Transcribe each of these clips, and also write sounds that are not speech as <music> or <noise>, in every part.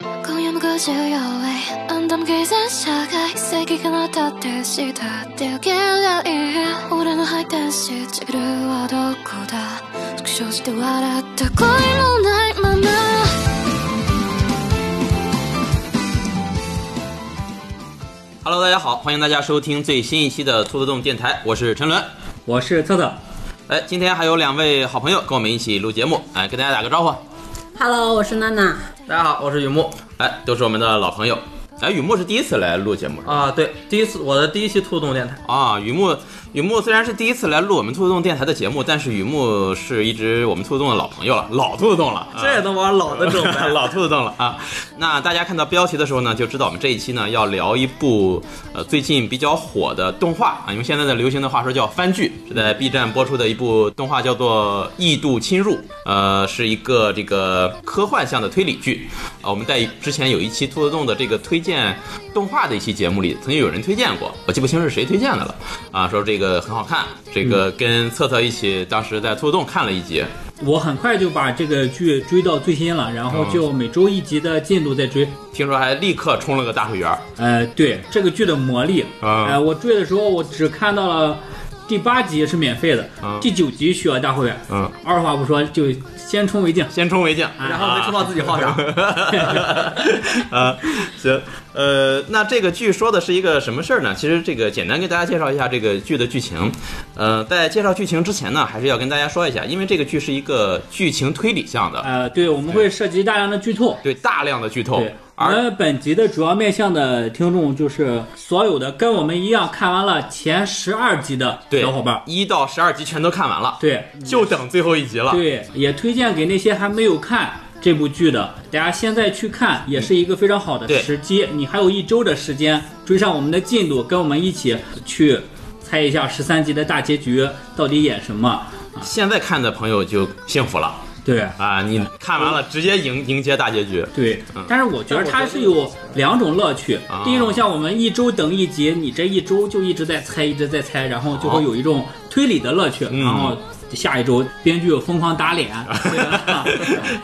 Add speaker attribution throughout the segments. Speaker 1: 부지러워해 안담기세 샤가이 세기가 나타대 시다 떼어길라 이해 올해는 하이댄시 지루와도 고다 숙소지 때 와라다 고일로 날 만나
Speaker 2: 哈喽，大家好，欢迎大家收听最新一期的兔子洞电台，我是陈伦。
Speaker 3: 我是特特，
Speaker 2: 哎，今天还有两位好朋友跟我们一起录节目，哎，跟大家打个招呼。
Speaker 4: Hello，我是娜娜。
Speaker 5: 大家好，我是雨木
Speaker 2: 哎，都是我们的老朋友。哎，雨木是第一次来录节目是吧？
Speaker 5: 啊，对，第一次我的第一期兔动电台，
Speaker 2: 啊，雨木，雨木虽然是第一次来录我们兔子洞电台的节目，但是雨木是一直我们兔子洞的老朋友了，老兔子洞了。啊
Speaker 5: 这能往 <laughs> 老的整呗。
Speaker 2: <laughs> 老兔子洞了啊！那大家看到标题的时候呢，就知道我们这一期呢要聊一部呃最近比较火的动画啊，用现在的流行的话说叫番剧，是在 B 站播出的一部动画，叫做《异度侵入》，呃，是一个这个科幻向的推理剧啊。我们在之前有一期兔子洞的这个推荐动画的一期节目里，曾经有人推荐过，我记不清是谁推荐的了啊，说这个很好看，这个跟策策一起当时在兔子洞看了一集。
Speaker 3: 我很快就把这个剧追到最新了，然后就每周一集的进度在追。
Speaker 2: 听说还立刻充了个大会员儿，
Speaker 3: 呃，对这个剧的魔力，
Speaker 2: 啊
Speaker 3: 呃，我追的时候我只看到了第八集是免费的，
Speaker 2: 啊
Speaker 3: 第九集需要大会员。
Speaker 2: 嗯，
Speaker 3: 二话不说就先冲为敬。
Speaker 2: 先充为敬，
Speaker 5: 然后没冲到自己号 <laughs> 上，
Speaker 2: <laughs> 啊，行，呃，那这个剧说的是一个什么事儿呢？其实这个简单给大家介绍一下这个剧的剧情。呃，在介绍剧情之前呢，还是要跟大家说一下，因为这个剧是一个剧情推理向的，
Speaker 3: 呃，对，我们会涉及大量的剧透。
Speaker 2: 对大量的剧透
Speaker 3: 对，，哎我
Speaker 2: 哦而
Speaker 3: 们本集的主要面向的听众就是所有的跟我们一样看完了前十二集的
Speaker 2: 对
Speaker 3: 小伙伴。
Speaker 2: 一到十二集全都看完了，
Speaker 3: 对，
Speaker 2: 就等最后一集了。
Speaker 3: 对，也推荐给那些还没有看这部剧的，大家现在去看也是一个非常好的
Speaker 2: 对
Speaker 3: 时机。你还有一周的时间追上我们的进度，跟我们一起去猜一下十三集的大结局到底演什么。
Speaker 2: 现在看的朋友就幸福了
Speaker 3: 对。
Speaker 2: 啊！你看完了，直接迎迎接大结局。
Speaker 3: 对，但是我觉得它是有两种乐趣
Speaker 2: 嗯啊。
Speaker 3: 第一种像我们一周等一集，你这一周就一直在猜，一直在猜，然后就会有一种推理的乐趣。
Speaker 2: 嗯
Speaker 3: 然后下一周编剧疯狂打脸，啊
Speaker 2: <laughs>
Speaker 3: 对吧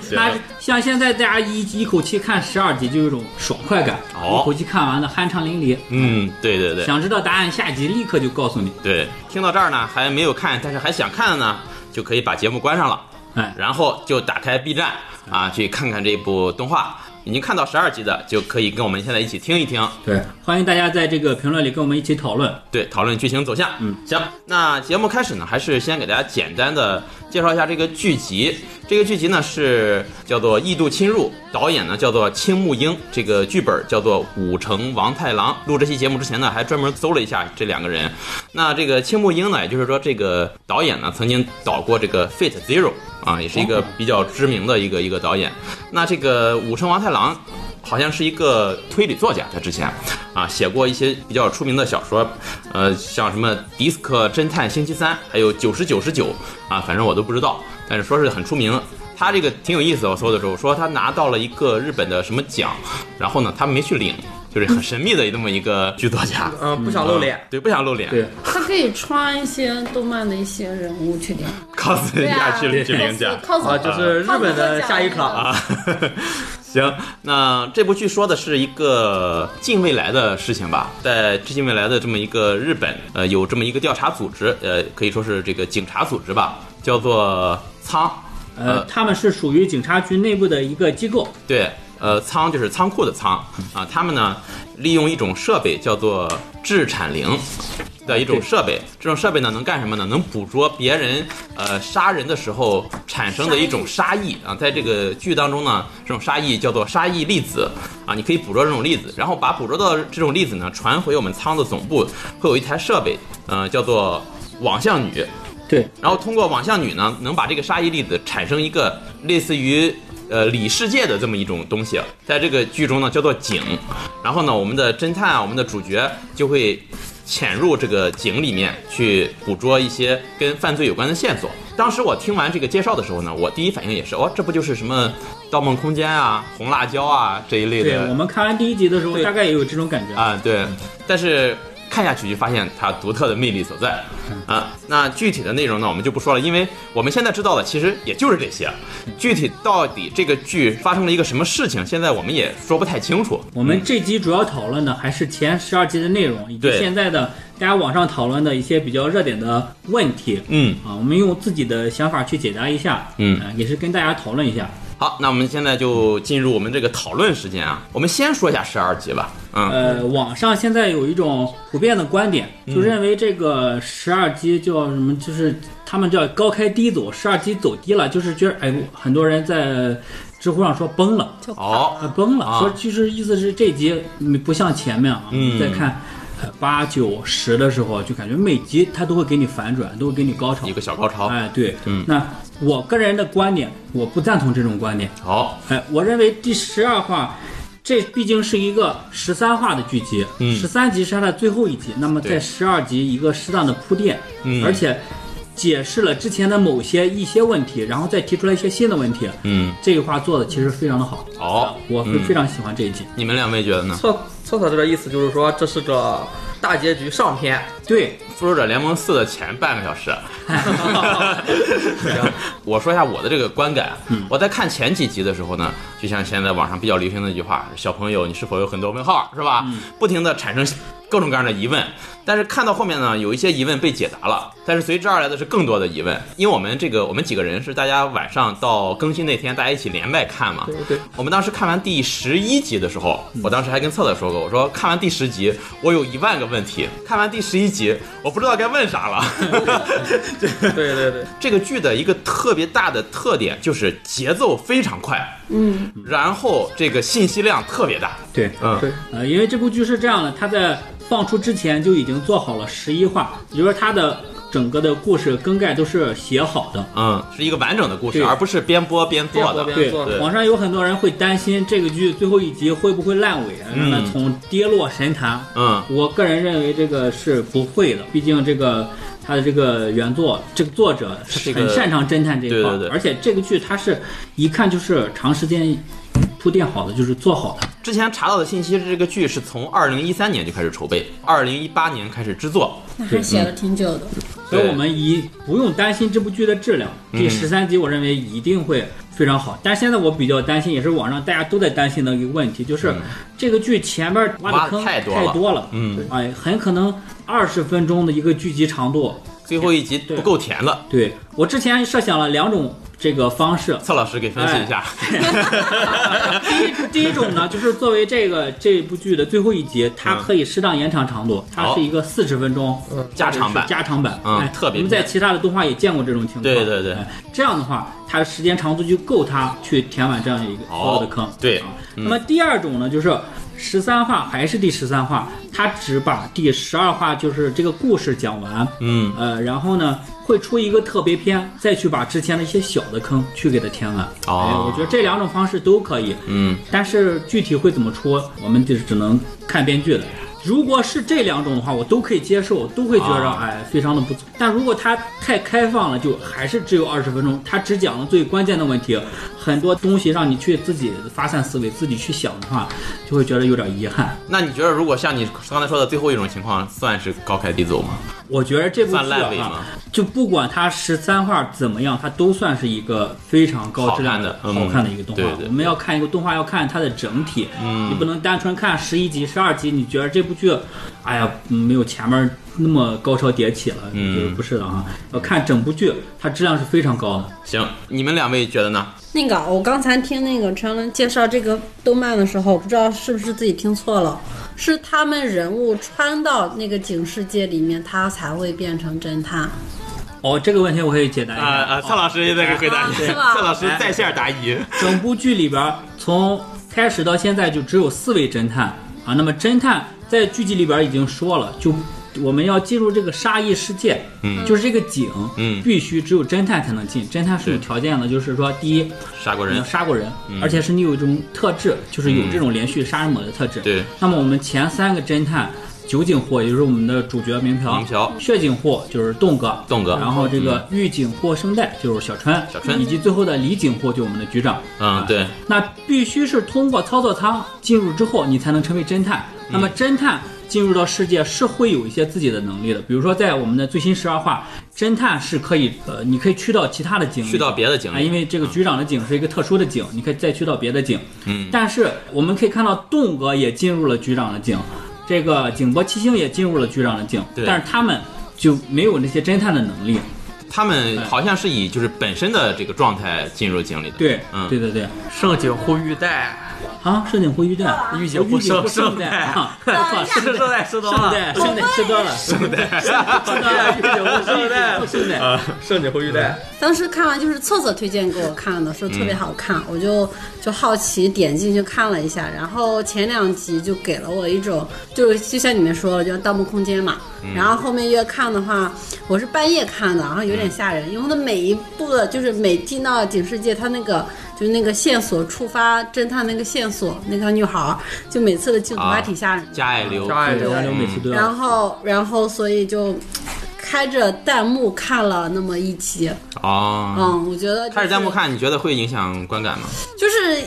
Speaker 2: 行
Speaker 3: 那像现在大家一一口气看十二集，就有一种爽快感，
Speaker 2: 哦
Speaker 3: 一口气看完的酣畅淋漓。
Speaker 2: 嗯，
Speaker 3: 哎
Speaker 2: 对对对。
Speaker 3: 想知道答案，下集立刻就告诉你。
Speaker 2: 对，听到这儿呢，还没有看，但是还想看的呢，就可以把节目关上了，
Speaker 3: 哎，
Speaker 2: 然后就打开 B 站啊，去看看这部动画。已经看到十二集的，就可以跟我们现在一起听一听，
Speaker 3: 对，欢迎大家在这个评论里跟我们一起讨论。
Speaker 2: 对，讨论剧情走向。嗯，行，那节目开始呢，还是先给大家简单的介绍一下这个剧集。这个剧集呢是叫做《异度侵入》，导演呢叫做青木英，这个剧本叫做武城王太郎。录这期节目之前呢，还专门搜了一下这两个人。那这个青木英呢，也就是说这个导演呢曾经导过这个《Fate Zero》啊，也是一
Speaker 5: 哦
Speaker 2: 个比较知名的一个一个导演。那这个武城王太郎好像是一个推理作家，他之前啊写过一些比较出名的小说，呃，像什么《迪斯科侦探星期三》，还有《九十九十九》啊，反正我都不知道，但是说是很出名。他这个挺有意思的，我搜的时候说他拿到了一个日本的什么奖，然后呢他没去领，就是很神秘的这么一个剧作家，
Speaker 5: 嗯，不想露脸，
Speaker 2: 对，不想露脸，
Speaker 3: 对，
Speaker 4: 他可以穿一些动漫的一些人物去领，
Speaker 2: ，cos 一下去领去领奖。
Speaker 4: cos
Speaker 5: 啊，就是日本的夏一克啊，
Speaker 2: 啊， <laughs> 行，那这部剧说的是一个近未来的事情吧，在近未来的这么一个日本，呃，有这么一个调查组织，呃，可以说是这个警察组织吧，叫做仓，
Speaker 3: 呃，他们是属于警察局内部的一个机构。
Speaker 2: 对，呃，仓就是仓库的仓啊，他们呢利用一种设备叫做制产铃啊的一种设备，这种设备呢能干什么呢？能捕捉别人呃杀人的时候产生的一种杀意啊，在这个剧当中呢，这种杀意叫做杀意粒子啊，你可以捕捉这种粒子，然后把捕捉到的这种粒子呢传回我们仓的总部，会有一台设备，呃，叫做网向女。
Speaker 3: 对，
Speaker 2: 然后通过网向女呢，能把这个沙溢粒子产生一个类似于呃里世界的这么一种东西，在这个剧中呢叫做井。然后呢，我们的侦探啊，我们的主角就会潜入这个井里面去捕捉一些跟犯罪有关的线索。当时我听完这个介绍的时候呢，我第一反应也是，哦，这不就是什么《盗梦空间》啊、《红辣椒啊》这一类
Speaker 3: 对
Speaker 2: 的
Speaker 3: 我们看完第一集的时候，
Speaker 5: 对
Speaker 3: 大概也有这种感觉。
Speaker 2: 啊啊，对，但是看下去就发现它独特的魅力所在啊。那具体的内容呢，我们就不说了，因为我们现在知道的其实也就是这些。啊具体到底这个剧发生了一个什么事情，现在我们也说不太清楚。
Speaker 3: 我们这集主要讨论的还是前十二集的内容，以
Speaker 2: 嗯
Speaker 3: 及
Speaker 2: 对
Speaker 3: 现在的大家网上讨论的一些比较热点的问题。
Speaker 2: 嗯，
Speaker 3: 啊，我们用自己的想法去解答一下，
Speaker 2: 嗯
Speaker 3: 啊也是跟大家讨论一下。
Speaker 2: 好，那我们现在就进入我们这个讨论时间啊。我们先说一下十二集吧。嗯，
Speaker 3: 呃，网上现在有一种普遍的观点，就认为这个十二级叫什么，就是他们叫高开低走，十二级走低了，就是觉得哎，很多人在知乎上说崩了，
Speaker 4: 就
Speaker 2: 好、
Speaker 3: 啊崩了，
Speaker 2: 啊
Speaker 3: 说其实意思是这集嗯不像前面啊，
Speaker 2: 嗯
Speaker 3: 再看。呃八九十的时候，就感觉每集它都会给你反转，都会给你高潮
Speaker 2: 一。个小高潮。
Speaker 3: 哎，对，
Speaker 2: 嗯
Speaker 3: 那我个人的观点，我不赞同这种观点。
Speaker 2: 好，
Speaker 3: 哎，我认为第十二话，这毕竟是一个十三话的剧集，
Speaker 2: 嗯
Speaker 3: 十三集是它的最后一集，那么
Speaker 2: 对
Speaker 3: 在十二集一个适当的铺垫，
Speaker 2: 嗯
Speaker 3: 而且解释了之前的某些一些问题，然后再提出来一些新的问题，
Speaker 2: 嗯，
Speaker 3: 这一话做的其实非常的好，
Speaker 2: 好
Speaker 3: 我是
Speaker 2: 嗯
Speaker 3: 非常喜欢这一集。
Speaker 2: 你们两位觉得呢？
Speaker 5: 厕厕所这个意思就是说这是个大结局上篇，
Speaker 3: 对，
Speaker 2: 《复仇者联盟四》的前半个小时。啊 <laughs> 行， <laughs> 我说一下我的这个观感。啊
Speaker 5: 嗯
Speaker 2: 我在看前几集的时候呢，就像现在网上比较流行的一句话：“小朋友，你是否有很多问号？”是吧？
Speaker 5: 嗯
Speaker 2: 不停的产生各种各样的疑问。但是看到后面呢，有一些疑问被解答了，但是随之而来的是更多的疑问。因为我们这个我们几个人是大家晚上到更新那天，大家一起连麦看嘛。
Speaker 5: 对嗯对，
Speaker 2: 我们当时看完第十一集的时候，我当时还跟策策说过，我说看完第十集，我有一万个问题；看完第十一集，我不知道该问啥了。
Speaker 5: 嗯
Speaker 2: <laughs>
Speaker 5: <laughs> 对对对，
Speaker 2: 这个剧的一个特别大的特点就是节奏非常快，
Speaker 4: 嗯，
Speaker 2: 然后这个信息量特别大。
Speaker 3: 对，
Speaker 2: 嗯，
Speaker 5: 对
Speaker 3: 呃，因为这部剧是这样的，它在放出之前就已经做好了十一话，也就是说它的整个的故事更改都是写好的。
Speaker 2: 嗯，是一个完整的故事，
Speaker 3: 对
Speaker 2: 而不是边播边做的。
Speaker 5: 边播边
Speaker 3: 对
Speaker 5: 做
Speaker 2: 对，
Speaker 3: 网上有很多人会担心这个剧最后一集会不会烂尾，啊让它从跌落神坛。
Speaker 2: 嗯
Speaker 3: 我个人认为这个是不会的，毕竟这个他的这个原作，这个作者
Speaker 2: 是
Speaker 3: 是
Speaker 2: 个
Speaker 3: 很擅长侦探这一块，
Speaker 2: 对对对
Speaker 3: 而且这个剧它是一看就是长时间铺垫好的，就是做好的。
Speaker 2: 之前查到的信息是，这个剧是从二零一三年就开始筹备，二零一八年开始制作。
Speaker 4: 那还写了挺久的。
Speaker 3: 所
Speaker 2: 对
Speaker 3: 以
Speaker 2: 嗯
Speaker 3: 我们一不用担心这部剧的质量。第十三集我认为一定会非常好，但现在我比较担心，也是网上大家都在担心的一个问题，就是这个剧前边挖
Speaker 2: 嗯挖得
Speaker 3: 的坑
Speaker 2: 太多了
Speaker 3: 了
Speaker 2: 嗯，
Speaker 3: 哎，很可能二十分钟的一个剧集长度。
Speaker 2: 最后一集不够甜了，
Speaker 3: 对我之前设想了两种这个方式，
Speaker 2: 蔡老师给分析一下。
Speaker 3: <laughs> 第
Speaker 5: 哎
Speaker 3: 一第一种呢，就是作为这个这部剧的最后一集，
Speaker 2: 嗯
Speaker 3: 它可以适当延长长度，它是一个四十分钟
Speaker 2: 加长版
Speaker 3: 或者是加长版，
Speaker 2: 嗯
Speaker 3: 哎，
Speaker 2: 特别
Speaker 3: 我们在其他的动画也见过这种情况，
Speaker 2: 对对对
Speaker 3: 哎这样的话，它的时间长度就够它去填满这样一个所有的坑
Speaker 2: 哦，对
Speaker 3: 啊
Speaker 2: 嗯
Speaker 3: 那么第二种呢，就是。十三话还是第十三话，它只把第十二话就是这个故事讲完，
Speaker 2: <laughs> 嗯，
Speaker 3: 呃，然后呢会出一个特别篇，再去把之前的一些小的坑去给它填完。
Speaker 2: 哦
Speaker 3: 哎我觉得这两种方式都可以。
Speaker 2: 嗯，
Speaker 3: 但是具体会怎么出，我们就是只能看编剧了。如果是这两种的话，我都可以接受，都会觉着、
Speaker 2: 啊
Speaker 3: 哎非常的不错。但如果它太开放了，就还是只有二十分钟，它只讲了最关键的问题，很多东西让你去自己发散思维、自己去想的话，就会觉得有点遗憾。
Speaker 2: 那你觉得，如果像你刚才说的最后一种情况，算是高开低走吗？
Speaker 3: 我觉得这部剧
Speaker 2: 算烂尾吗
Speaker 3: 啊，就不管它十三话怎么样，它都算是一个非常高质量
Speaker 2: 好看的嗯
Speaker 3: 好看的一个动画。
Speaker 2: 对对嗯
Speaker 3: 我们要看一个动画，要看它的整体，你不能单纯看十一集、十二集，你觉得这部剧，哎呀，没有前面那么高潮迭起了，
Speaker 2: 嗯
Speaker 3: 就是不是的啊，要看整部剧，它质量是非常高的。
Speaker 2: 行，你们两位觉得呢？
Speaker 4: 那个，我刚才听那个陈伦介绍这个动漫的时候，不知道是不是自己听错了，是他们人物穿到那个警世界里面，他才会变成侦探。
Speaker 3: 哦，这个问题我可以解答一下。
Speaker 2: 啊！蔡老师也在这回
Speaker 4: 答你啊是吧蔡老
Speaker 2: 师
Speaker 5: 哎
Speaker 2: 在线答疑。
Speaker 3: <laughs> 整部剧里边儿从开始到现在就只有四位侦探啊。那么侦探在剧集里边儿已经说了，就我们要进入这个沙溢世界，
Speaker 2: 嗯
Speaker 3: 就是这个井，
Speaker 2: 嗯
Speaker 3: 必须只有侦探才能进。侦探是有
Speaker 2: 对
Speaker 3: 条件的，就是说第一，
Speaker 2: 杀过
Speaker 3: 你要
Speaker 2: 人，
Speaker 3: 嗯
Speaker 2: 嗯
Speaker 3: 杀过人，而且是你有一种特质，就是有这种连续杀人魔的特质。
Speaker 2: 对
Speaker 3: 那么我们前三个侦探。酒井户，也就是我们的主角明嫖，
Speaker 2: 明嫖
Speaker 3: 血井户就是栋哥，
Speaker 2: 栋哥嗯
Speaker 3: 然后这个御井户生代就是小川，
Speaker 2: 小川
Speaker 3: 以及最后的李井户就是我们的局长，啊
Speaker 2: 嗯，对，嗯
Speaker 3: 那必须是通过操作舱进入之后，你才能成为侦探。那么侦探进入到世界是会有一些自己的能力的。比如说，在我们的最新十二话，侦探是可以呃，你可以去到其他的井里，
Speaker 2: 去到别的井里
Speaker 3: 啊因为这个局长的井是一个特殊的井，你可以再去到别的井。
Speaker 2: 嗯
Speaker 3: 但是我们可以看到，栋哥也进入了局长的井，这个井柏七星也进入了局长的井，
Speaker 2: 对
Speaker 3: 但是他们就没有那些侦探的能力。
Speaker 2: 他们好像是以就是本身的这个状态进入井里的。
Speaker 3: 对，
Speaker 2: 嗯，
Speaker 3: 对对对，
Speaker 5: 盛景护玉带，
Speaker 3: 啊，设定呼吁带，
Speaker 5: 御
Speaker 3: 有
Speaker 5: 姐
Speaker 3: 预
Speaker 5: 护
Speaker 3: 警
Speaker 5: 圣
Speaker 3: 不
Speaker 5: 圣
Speaker 3: 胜
Speaker 5: 代，
Speaker 3: 带 <laughs> 啊，
Speaker 5: 圣 <laughs>
Speaker 3: 错，
Speaker 5: 代圣代吃多
Speaker 3: 胜
Speaker 5: 了，
Speaker 3: 带，胜带吃多了，胜带，吃多了，
Speaker 5: 圣代
Speaker 3: 胜带，
Speaker 5: 圣景护玉带，
Speaker 4: 当时看完就是厕所推荐给我看的，说特别好
Speaker 2: 嗯
Speaker 4: 看，我就就好奇点进去看了一下，然后前两集就给了我一种，就是就像你们说的，就像《盗梦空间》嘛，
Speaker 2: 嗯
Speaker 4: 然后后面越看的话，我是半夜看的，然后有点吓人，因为它每一步的就是每进到警世界，它那个就是那个线索触发侦探那个线索，那个女孩儿就每次的镜头
Speaker 2: 啊
Speaker 4: 还挺吓人的。
Speaker 2: 加爱流，
Speaker 5: 张爱
Speaker 3: 对，
Speaker 5: 玲
Speaker 3: 人家每
Speaker 2: 啊
Speaker 3: 次都要
Speaker 4: 然后，然后，所以就开着弹幕看了那么一集，
Speaker 2: 哦，
Speaker 4: 嗯，我觉得、就是、
Speaker 2: 开始弹幕看，你觉得会影响观感吗？
Speaker 4: 就是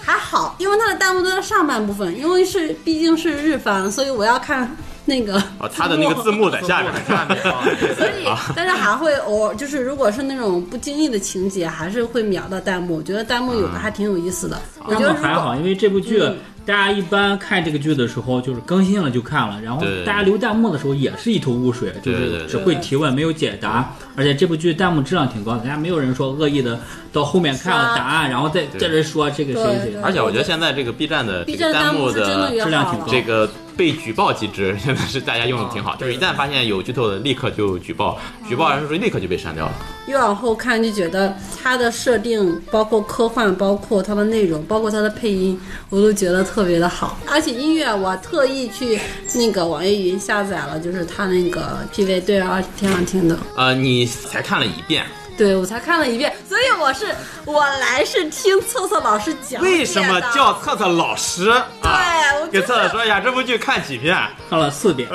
Speaker 4: 还好，因为它的弹幕都在上半部分，因为是毕竟是日番，所以我要看那个
Speaker 2: 哦，他的那个字幕在下面。哦
Speaker 5: 下面啊，
Speaker 4: 哦所以， <laughs> 但是还会偶尔，就是如果是那种不经意的情节，还是会瞄到弹幕。我觉得弹幕有的还挺有意思的。我觉
Speaker 3: 弹
Speaker 4: 得
Speaker 3: 幕
Speaker 4: 如
Speaker 3: 哦还
Speaker 4: 果
Speaker 3: 好，因为这部剧
Speaker 4: 嗯
Speaker 3: 大家一般看这个剧的时候，就是更新了就看了，然后
Speaker 2: 对
Speaker 3: 大家留弹幕的时候也是一头雾水，就
Speaker 2: 对对
Speaker 3: 是
Speaker 2: 对
Speaker 3: 只会提问没有解答，而且这部剧弹幕质量挺高的，大家没有人说恶意的到后面看了答案，然后再
Speaker 2: 对
Speaker 3: 在这说这个谁谁
Speaker 4: 对
Speaker 3: 谁
Speaker 4: 对。
Speaker 2: 而且我觉得现在这个 B 站的
Speaker 4: B
Speaker 2: 这
Speaker 4: 站
Speaker 2: 个弹
Speaker 4: 弹
Speaker 2: 幕
Speaker 4: 幕是真的越
Speaker 3: 质量
Speaker 4: 好哦
Speaker 3: 挺
Speaker 4: 了
Speaker 3: 高。
Speaker 2: 这个被举报机制，现在是大家用的挺好，就是一旦发现有剧透的，立刻就举报，举报完是立刻就被删掉了。
Speaker 4: 越往后看就觉得它的设定，包括科幻，包括它的内容，包括它的配音，我都觉得特别的好。而且音乐我特意去那个网易云下载了，就是它那个 PV，对啊，挺好听的。
Speaker 2: 呃，你才看了一遍，
Speaker 4: 对我才看了一遍，所以我是我来是听策策老师讲解的。
Speaker 2: 为什么叫策策老师
Speaker 4: 对
Speaker 2: 啊？
Speaker 4: 我
Speaker 2: 给
Speaker 4: 就
Speaker 2: 策策说一下，这部剧看几遍？
Speaker 3: 看了四遍，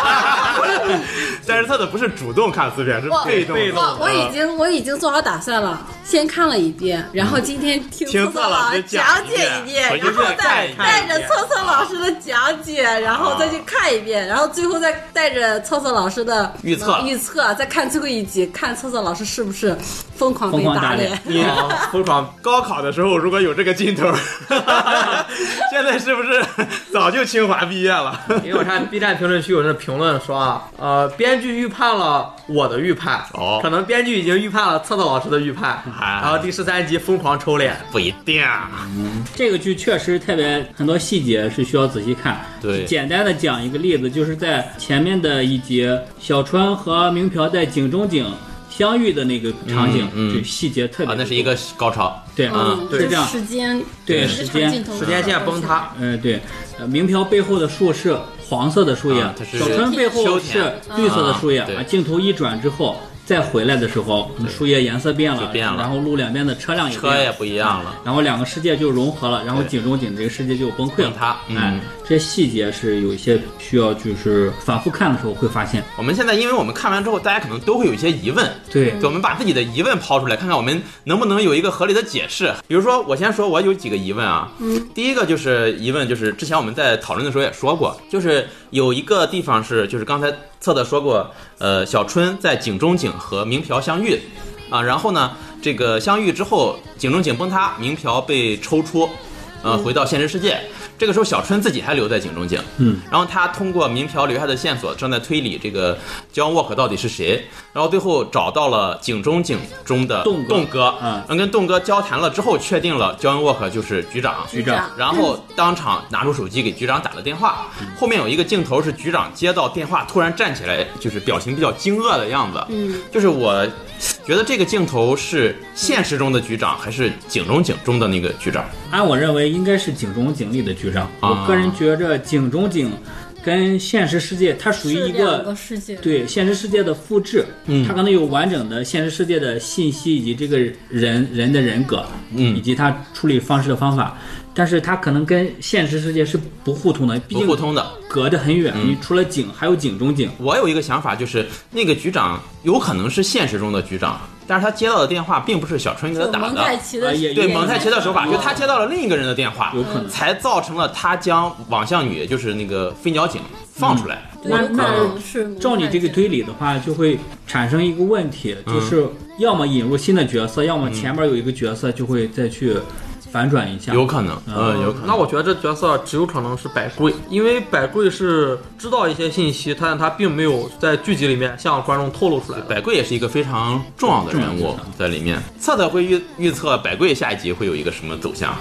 Speaker 2: <laughs> 但是策策不是主动看四遍，是
Speaker 4: 我
Speaker 2: 被动的。
Speaker 4: 我我已经我已经做好打算了，先看了一遍，然后今天听
Speaker 2: 听
Speaker 4: 策策老师讲解一遍，
Speaker 2: 回去
Speaker 4: 然后
Speaker 2: 再看
Speaker 4: 再
Speaker 2: 一遍
Speaker 4: 带着策策老师的讲解，然后再去看一遍，然后最后再带着策策老师的
Speaker 2: 预测
Speaker 4: 预测，再看最后一集，看策策老师是不是疯狂被
Speaker 3: 疯狂打
Speaker 4: 脸
Speaker 3: 脸。
Speaker 5: 你疯狂
Speaker 2: 啊高考的时候如果有这个劲头， <laughs> 现在是不是早就清华毕业了？
Speaker 5: 因为我看 B 站评论区有人评论说啊，呃，编剧预判了我的预判，
Speaker 2: 哦
Speaker 5: 可能编剧已经预判了策策老师的预判，
Speaker 2: 哎
Speaker 5: 然后第十三集疯狂抽脸，
Speaker 2: <laughs> 不一定啊，
Speaker 3: <laughs> 这个剧确实特别很多细节是需要仔细看。
Speaker 2: 对
Speaker 3: 简单的讲一个例子，就是在前面的一集，小川和明朴在井中井相遇的那个场景，
Speaker 2: 嗯嗯
Speaker 3: 就细节特别、
Speaker 2: 那是一个高潮。
Speaker 3: 对，
Speaker 2: 嗯
Speaker 3: 是这样。
Speaker 4: 时间
Speaker 3: 对
Speaker 4: 时
Speaker 3: 时
Speaker 4: 长
Speaker 3: 间
Speaker 4: 镜头
Speaker 5: 时间线崩塌，
Speaker 3: 呃，对，呃明朴背后的树是黄色的树叶
Speaker 2: 啊它，是
Speaker 3: 小川背后
Speaker 2: 秋
Speaker 3: 是
Speaker 2: 天
Speaker 3: 绿色的树叶。
Speaker 2: 啊对
Speaker 3: 啊，镜头一转之后，再回来的时候，树叶颜色变了，
Speaker 2: 就变了
Speaker 3: 然后路两边的车辆也
Speaker 2: 车
Speaker 3: 变
Speaker 2: 也
Speaker 3: 了
Speaker 2: 不一样了。
Speaker 3: 然后两个世界就融合了，然后
Speaker 2: 对
Speaker 3: 井中井这个世界就崩溃了
Speaker 2: 崩。塌嗯
Speaker 3: 哎，这些细节是有一些需要，就是反复看的时候会发现。
Speaker 2: 我们现在因为我们看完之后，大家可能都会有一些疑问，
Speaker 3: 对
Speaker 2: 对，我们把自己的疑问抛出来，看看我们能不能有一个合理的解释。比如说，我先说，我有几个疑问啊。嗯，第一个就是疑问，就是之前我们在讨论的时候也说过，就是有一个地方是，就是刚才策策说过，呃，小春在井中井和明朴相遇，啊，然后呢，这个相遇之后，井中井崩塌，明朴被抽出，呃，回到现实世界。这个时候，小春自己还留在井中井，
Speaker 3: 嗯，
Speaker 2: 然后他通过民朴留下的线索，正在推理这个 John Walk 到底是谁，然后最后找到了井中井中的
Speaker 3: 栋哥
Speaker 2: 栋哥，
Speaker 3: 嗯
Speaker 2: 然后跟栋哥交谈了之后，确定了 John Walk 就是局长，
Speaker 3: 局长
Speaker 2: 然后当场拿出手机给局长打了电话。
Speaker 3: 嗯
Speaker 2: 后面有一个镜头是局长接到电话，突然站起来，就是表情比较惊愕的样子。
Speaker 4: 嗯，
Speaker 2: 就是我觉得这个镜头是现实中的局长，还是井中井中的那个局长？
Speaker 3: 按我认为，应该是井中井里的局长。
Speaker 2: 啊
Speaker 3: 我个人觉着井中井跟现实世界它属于
Speaker 4: 是
Speaker 3: 一
Speaker 4: 两
Speaker 3: 个
Speaker 4: 个世界，
Speaker 3: 对现实世界的复制，
Speaker 2: 嗯
Speaker 3: 它可能有完整的现实世界的信息以及这个人人的人格，
Speaker 2: 嗯
Speaker 3: 以及他处理方式的方法，但是它可能跟现实世界是不互通的，毕
Speaker 2: 不
Speaker 3: 竟
Speaker 2: 互通嗯的。
Speaker 3: 隔得很远。你除了井，还有井中井。
Speaker 2: 我有一个想法，就是那个局长有可能是现实中的局长，但是他接到的电话并不是小春给他
Speaker 4: 就
Speaker 2: 打
Speaker 4: 蒙
Speaker 2: 的
Speaker 4: 太，奇的
Speaker 3: 啊也
Speaker 2: 对
Speaker 3: 也
Speaker 2: 蒙太奇的手法，
Speaker 3: 哦
Speaker 2: 就他接到了另一个人的电话，
Speaker 3: 有可能
Speaker 2: 才造成了他将网向女，就是那个飞鸟警放出
Speaker 3: 嗯
Speaker 2: 来。
Speaker 4: 对有可能
Speaker 3: 那
Speaker 4: 是蒙
Speaker 3: 照你
Speaker 4: 太
Speaker 3: 这个
Speaker 4: 奇
Speaker 3: 推理的话，就会产生一个问题，
Speaker 2: 嗯
Speaker 3: 就是要么引入新的角色，要么前面有一个角色就会再去反转一下。
Speaker 2: 有可能，嗯，有可能。
Speaker 5: 那我觉得这角色只有可能是百贵，因为百贵是知道一些信息，但是他并没有在剧集里面向观众透露出来的。
Speaker 2: 百贵也是一个非常重要的人
Speaker 3: 重要
Speaker 2: 物
Speaker 3: 的角色
Speaker 2: 在里面。策策会预预测百贵下一集会有一个什么走向？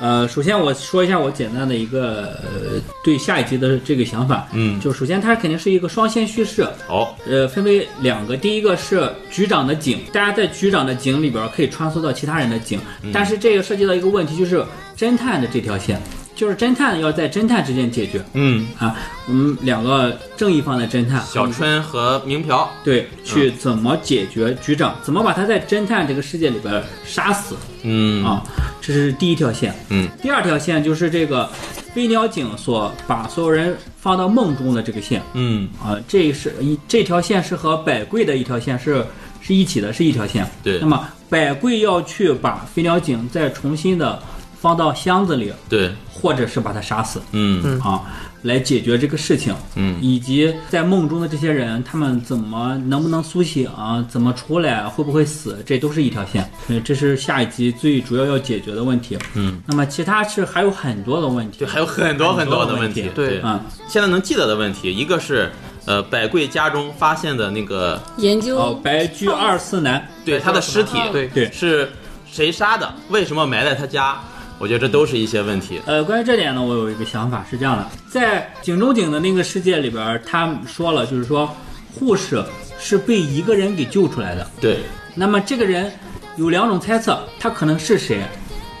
Speaker 3: 呃，首先我说一下我简单的一个呃对下一集的这个想法，
Speaker 2: 嗯
Speaker 3: 就首先它肯定是一个双线叙事，
Speaker 2: 哦，
Speaker 3: 呃，分为两个，第一个是局长的井，大家在局长的井里边可以穿梭到其他人的井，
Speaker 2: 嗯
Speaker 3: 但是这个涉及到一个问题，就是侦探的这条线，就是侦探要在侦探之间解决
Speaker 2: 嗯，
Speaker 3: 啊，我们两个正义方的侦探
Speaker 2: 小春和明嫖，
Speaker 3: 对去怎么解决局长，怎么把他在侦探这个世界里边杀死
Speaker 2: 嗯
Speaker 3: 啊，这是第一条线。
Speaker 2: 嗯，
Speaker 3: 第二条线就是这个飞鸟井所把所有人放到梦中的这个线。
Speaker 2: 嗯，
Speaker 3: 啊，这是一这条线是和百贵的一条线是是一起的，是一条线。
Speaker 2: 对
Speaker 3: 那么百贵要去把飞鸟井再重新的放到箱子里，
Speaker 2: 对，
Speaker 3: 或者是把它杀死
Speaker 2: 嗯
Speaker 3: 啊，来解决这个事情。
Speaker 2: 嗯
Speaker 3: 以及在梦中的这些人，他们怎么能不能苏醒、啊怎么出来，会不会死，这都是一条线。呃，这是下一集最主要要解决的问题。
Speaker 2: 嗯，
Speaker 3: 那么其他是还有很多的问题
Speaker 2: 对，。还有很多很多的问
Speaker 3: 很
Speaker 2: 题。
Speaker 3: 多
Speaker 5: 的问题对
Speaker 3: 啊、
Speaker 2: 现在能记得的问题，一个是呃百贵家中发现的那个
Speaker 4: 研究
Speaker 3: 哦，白居二次男，
Speaker 2: 对他的尸体，
Speaker 4: 哦
Speaker 5: 对，
Speaker 3: 对
Speaker 2: 是谁杀的？为什么埋在他家？我觉得这都是一些问题。
Speaker 3: 呃，关于这点呢，我有一个想法是这样的，在井中井的那个世界里边儿，他说了，就是说护士是被一个人给救出来的。
Speaker 2: 对，
Speaker 3: 那么这个人有两种猜测，他可能是谁？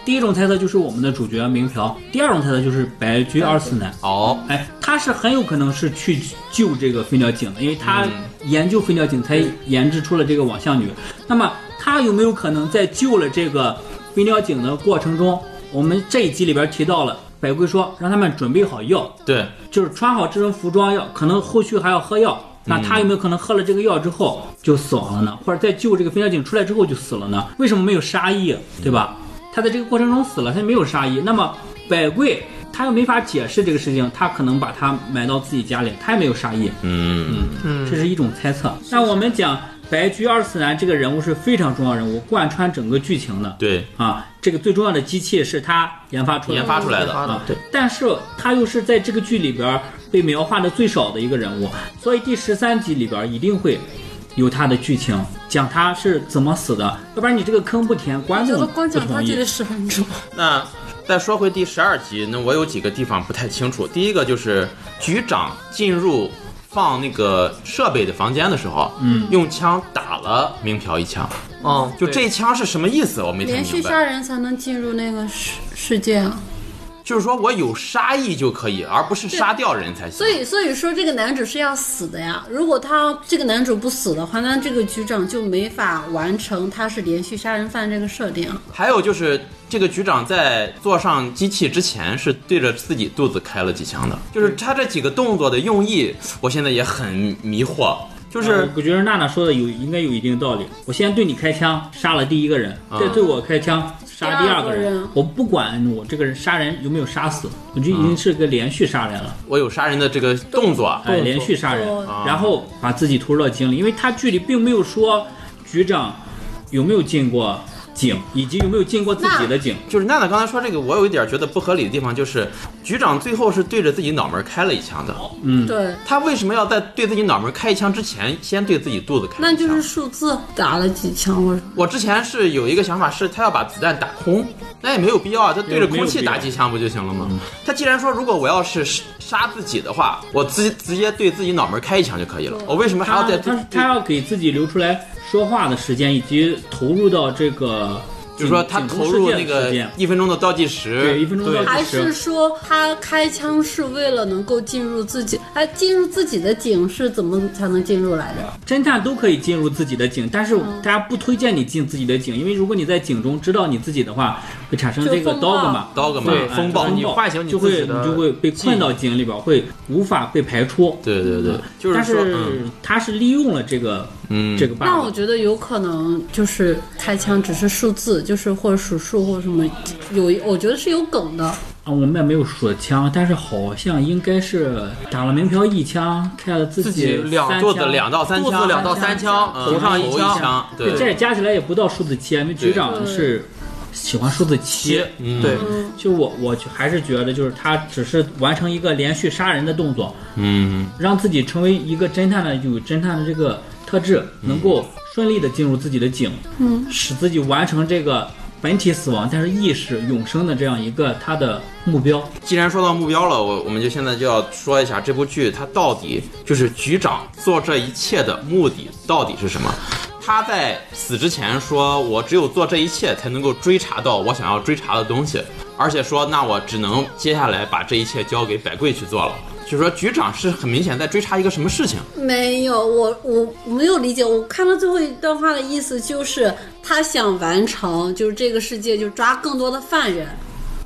Speaker 3: 第一种猜测就是我们的主角明嫖，第二种猜测就是白居二次男。
Speaker 2: 哦，
Speaker 3: 哎，他是很有可能是去救这个飞鸟井的，因为他研究飞鸟井才研制出了这个网向女。那么他有没有可能在救了这个飞鸟井的过程中，我们这一集里边提到了百贵说让他们准备好药，
Speaker 2: 对，
Speaker 3: 就是穿好这身服装要，可能后续还要喝药。
Speaker 2: 嗯
Speaker 3: 那他有没有可能喝了这个药之后就死亡了呢？或者在救这个飞鸟警出来之后就死了呢？为什么没有杀意，对吧？他在这个过程中死了，他没有杀意。那么百贵他又没法解释这个事情，他可能把他埋到自己家里，他也没有杀意，
Speaker 2: 嗯，
Speaker 3: 这是一种猜测。那我们讲白居二次男这个人物是非常重要人物，贯穿整个剧情的。
Speaker 2: 对，
Speaker 3: 啊，这个最重要的机器是他研发出来的
Speaker 2: 研发出来的
Speaker 5: 发的
Speaker 3: 啊，对，但是他又是在这个剧里边儿被描画的最少的一个人物，所以第十三集里边儿一定会有他的剧情，讲他是怎么死的，要不然你这个坑不填，观
Speaker 4: 我觉
Speaker 3: 众
Speaker 4: 得光
Speaker 3: 不
Speaker 4: 讲他
Speaker 3: 同
Speaker 4: 就得
Speaker 3: 意。
Speaker 4: 十分钟，
Speaker 2: 那再说回第十二集，那我有几个地方不太清楚。第一个就是局长进入放那个设备的房间的时候，嗯，用枪打了明朴一枪，
Speaker 5: 嗯，
Speaker 2: 就
Speaker 5: 对
Speaker 2: 这一枪是什么意思？我没太
Speaker 4: 连续
Speaker 2: 明白。
Speaker 4: 杀人才能进入那个世世界啊。
Speaker 2: 就是说我有杀意就可以，而不是杀掉人才行
Speaker 4: 所。以，所以说这个男主是要死的呀。如果他这个男主不死的话，那这个局长就没法完成他是连续杀人犯这个设定。
Speaker 2: 还有就是，这个局长在坐上机器之前是对着自己肚子开了几枪的，就是他这几个动作的用意，我现在也很迷惑。
Speaker 5: 嗯
Speaker 2: 就是
Speaker 3: 我觉得娜娜说的有应该有一定道理。我先对你开枪，杀了第一个人，再对我开枪，杀第二个
Speaker 4: 第二
Speaker 3: 人。
Speaker 4: 个人
Speaker 3: 我不管我这个人杀人有没有杀死，我就已经是个连续杀人了。
Speaker 2: 我有杀人的这个动作，啊
Speaker 3: 哎，连续杀人
Speaker 4: 哦，
Speaker 3: 然后把自己拖入到井里，因为他剧里并没有说局长有没有进过井，以及有没有进过自己的井。
Speaker 2: 就是娜娜刚才说这个，我有一点觉得不合理的地方，就是局长最后是对着自己脑门开了一枪的，
Speaker 3: 嗯
Speaker 4: 对，
Speaker 2: 他为什么要在对自己脑门开一枪之前，先对自己肚子开一枪？
Speaker 4: 那就是数字打了几枪，我
Speaker 2: 我之前是有一个想法，是他要把子弹打空，那也没有必要啊，他对着空气打几枪不就行了吗？
Speaker 3: 嗯
Speaker 2: 他既然说如果我要是杀自己的话，我直直接对自己脑门开一枪就可以了，我为什么还要
Speaker 3: 他
Speaker 2: 再
Speaker 3: 他他要给自己留出来说话的时间，以及投入到这个
Speaker 2: 就是说他投入那个一分钟的倒计时，
Speaker 3: 对一分钟倒
Speaker 4: 还
Speaker 3: 计
Speaker 4: 是
Speaker 3: 时，
Speaker 4: 说他开枪是为了能够进入自己？哎，进入自己的井是怎么才能进入来着？
Speaker 3: 侦探都可以进入自己的井，但是
Speaker 4: 嗯
Speaker 3: 大家不推荐你进自己的井，因为如果你在井中知道你自己的话，会产生这个
Speaker 4: 就风暴
Speaker 3: dogma。
Speaker 2: dogma
Speaker 3: 对
Speaker 5: 对风暴
Speaker 3: 哎
Speaker 5: 你唤醒你
Speaker 3: 就
Speaker 5: 自
Speaker 3: 会
Speaker 5: 己的
Speaker 3: 你就会被困到井里边，会无法被排出。嗯
Speaker 2: 对对对，就
Speaker 3: 但
Speaker 2: 是说，
Speaker 3: 是
Speaker 2: 嗯
Speaker 3: 他是利用了这个
Speaker 2: 嗯，
Speaker 3: 这个
Speaker 4: 那我
Speaker 3: bug，
Speaker 4: 觉得有可能就是开枪只是数字，就是或者数数或者什么，有我觉得是有梗的。
Speaker 3: 啊，我们也没有锁枪，但是好像应该是打了门票一枪，开了自
Speaker 5: 自己两
Speaker 3: 三
Speaker 2: 肚子
Speaker 3: 枪
Speaker 2: 啊两到三
Speaker 5: 肚
Speaker 2: 枪，
Speaker 5: 子两到三枪，
Speaker 2: 嗯
Speaker 5: 头上一
Speaker 2: 头一枪对
Speaker 3: 这加起来也不到数字七，啊因为局长是喜欢数字七
Speaker 5: 七。，嗯
Speaker 2: 嗯
Speaker 5: 对，
Speaker 3: 就我我就还是觉得，就是他只是完成一个连续杀人的动作，
Speaker 2: 嗯，
Speaker 3: 让自己成为一个侦探的有侦探的这个特质，能够顺利的进入自己的井，嗯，使自己完成这个本体死亡，但是意识永生的这样一个他的目标。
Speaker 2: 既然说到目标了，我我们就现在就要说一下这部剧它到底就是局长做这一切的目的到底是什么？他在死之前说，我只有做这一切才能够追查到我想要追查的东西，而且说那我只能接下来把这一切交给百贵去做了。就是说，局长是很明显在追查一个什么事情，
Speaker 4: 没有，我我我没有理解。我看到最后一段话的意思就是，他想完成，就是这个世界就抓更多的犯人，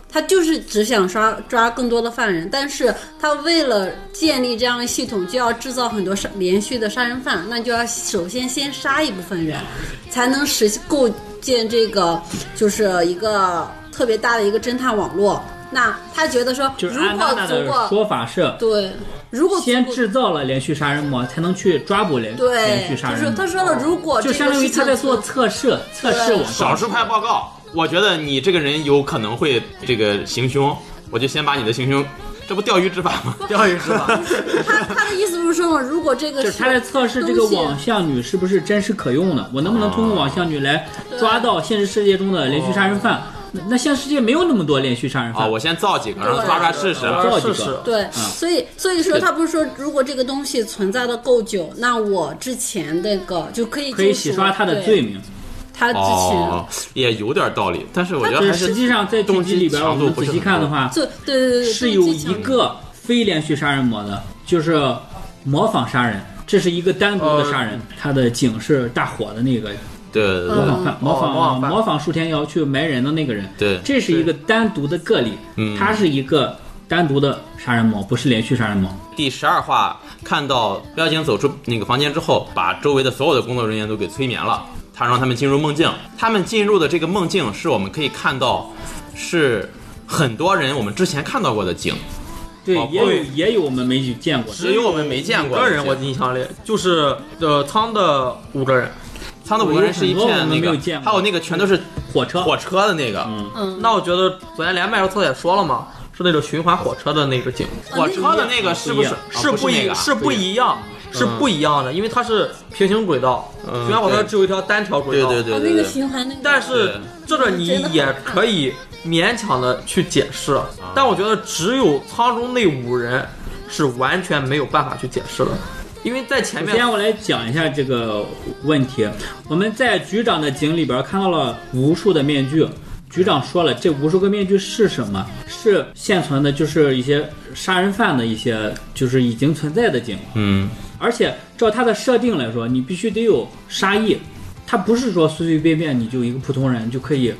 Speaker 4: 他就是只想抓抓更多的犯人。但是他为了建立这样的系统，就要制造很多杀连续的杀人犯，那就要首先先杀一部分人，才能实构建这个就是一个特别大的一个侦探网络。那他觉得说，
Speaker 3: 就
Speaker 4: 如
Speaker 3: 是安娜
Speaker 4: 果
Speaker 3: 娜
Speaker 4: 足
Speaker 3: 的
Speaker 4: 够
Speaker 3: 说法是，
Speaker 4: 对，如果足
Speaker 3: 先
Speaker 4: 够
Speaker 3: 制造了连续杀人魔，才能去抓捕连
Speaker 4: 对
Speaker 3: 连，续杀
Speaker 4: 就
Speaker 3: 人魔。哦
Speaker 4: 是他说了，如果这
Speaker 3: 就
Speaker 4: 个
Speaker 3: 相当于他在做
Speaker 4: 事情
Speaker 3: 测试，测试我
Speaker 2: 少数派报告，我觉得你这个人有可能会这个行凶，我就先把你的行凶，这不钓鱼执法
Speaker 3: <laughs>
Speaker 2: 吗？
Speaker 5: 钓鱼执法，
Speaker 4: 他他的意思就是说，如果这个
Speaker 3: 就是他在测试这个网向女是不是真实可用的，我能不能
Speaker 2: 啊
Speaker 3: 通过网向女来抓到现实世界中的连续杀人犯？那那现实世界没有那么多连续杀人
Speaker 2: 哦啊，
Speaker 3: 犯，
Speaker 2: 我先造几个，然后抓抓试试。
Speaker 3: 造
Speaker 5: 是
Speaker 3: 几个
Speaker 5: 是，
Speaker 4: 对，
Speaker 3: 嗯
Speaker 4: 所以所以说他不是说，如果这个东西存在的够久，那我之前那个就可以
Speaker 3: 可以
Speaker 4: 就
Speaker 3: 洗
Speaker 4: 属
Speaker 3: 刷他的
Speaker 4: 对
Speaker 3: 罪名。
Speaker 4: 他之
Speaker 2: 哦
Speaker 4: 前。，
Speaker 2: 也有点道理，但是我觉得
Speaker 3: 就
Speaker 2: 还
Speaker 3: 是
Speaker 2: 是
Speaker 3: 实际上在剧集里边，我
Speaker 2: 动机强
Speaker 3: 们
Speaker 2: 度不
Speaker 3: 仔
Speaker 2: 是
Speaker 3: 细看的话，
Speaker 4: 就对对对对，
Speaker 3: 是有
Speaker 4: 动机
Speaker 3: 一
Speaker 4: 强
Speaker 3: 个非连续杀人魔的，就是模仿杀人，这是一个单独的杀人，
Speaker 2: 呃
Speaker 3: 他的井是大火的那
Speaker 2: 嗯
Speaker 3: 个
Speaker 2: 对对对
Speaker 3: 模仿犯，模
Speaker 5: 哦模
Speaker 3: 仿
Speaker 5: 仿犯
Speaker 3: 模仿树田瑶去埋人的那个人，
Speaker 2: 对
Speaker 3: 这是一个单独的个例，
Speaker 2: 嗯
Speaker 3: 他是一个单独的杀人魔，不是连续杀人魔。
Speaker 2: 第十二话看到廖晶走出那个房间之后，把周围的所有的工作人员都给催眠了，他让他们进入梦境。他们进入的这个梦境是我们可以看到，是很多人我们之前看到过的景，
Speaker 3: 对
Speaker 2: 哦，
Speaker 3: 也有
Speaker 2: 对
Speaker 3: 也有我们没见过的，
Speaker 2: 只有我们没见过
Speaker 5: 五
Speaker 2: 的景。
Speaker 5: 个人我印象里就是呃仓的五个人，
Speaker 2: 仓的五个人是一片那
Speaker 3: 我有很多我们没有
Speaker 2: 个
Speaker 3: 见，过
Speaker 2: 还有那个全都是
Speaker 3: 火车，嗯
Speaker 2: 火车的那个，
Speaker 5: 那我觉得昨天连麦时候特也说了嘛，是那种循环火车的那个景，
Speaker 2: 火车的那个是不是
Speaker 3: 啊
Speaker 5: 是
Speaker 2: 不
Speaker 5: 一、
Speaker 2: 那个啊
Speaker 5: 是不一样，是不一样的，因为它是平行轨道，
Speaker 2: 嗯
Speaker 5: 循环火车
Speaker 2: 对
Speaker 5: 只有一条单条轨
Speaker 2: 对
Speaker 5: 道。
Speaker 2: 对对
Speaker 4: 哦
Speaker 2: 对
Speaker 4: 那个
Speaker 2: 对，
Speaker 4: 循环那个，
Speaker 5: 但是这个你也可以勉强的去解释，但我觉得只有仓中那五人是完全没有办法去解释的，因为在前
Speaker 3: 首
Speaker 5: 面
Speaker 3: 先，我来讲一下这个问题。我们在局长的井里边看到了无数的面具。局长说了，这无数个面具是什么？是现存的，就是一些杀人犯的一些，就是已经存在的井。
Speaker 2: 嗯，
Speaker 3: 而且照它的设定来说，你必须得有杀意，它不是说随随便便你就一个普通人就可以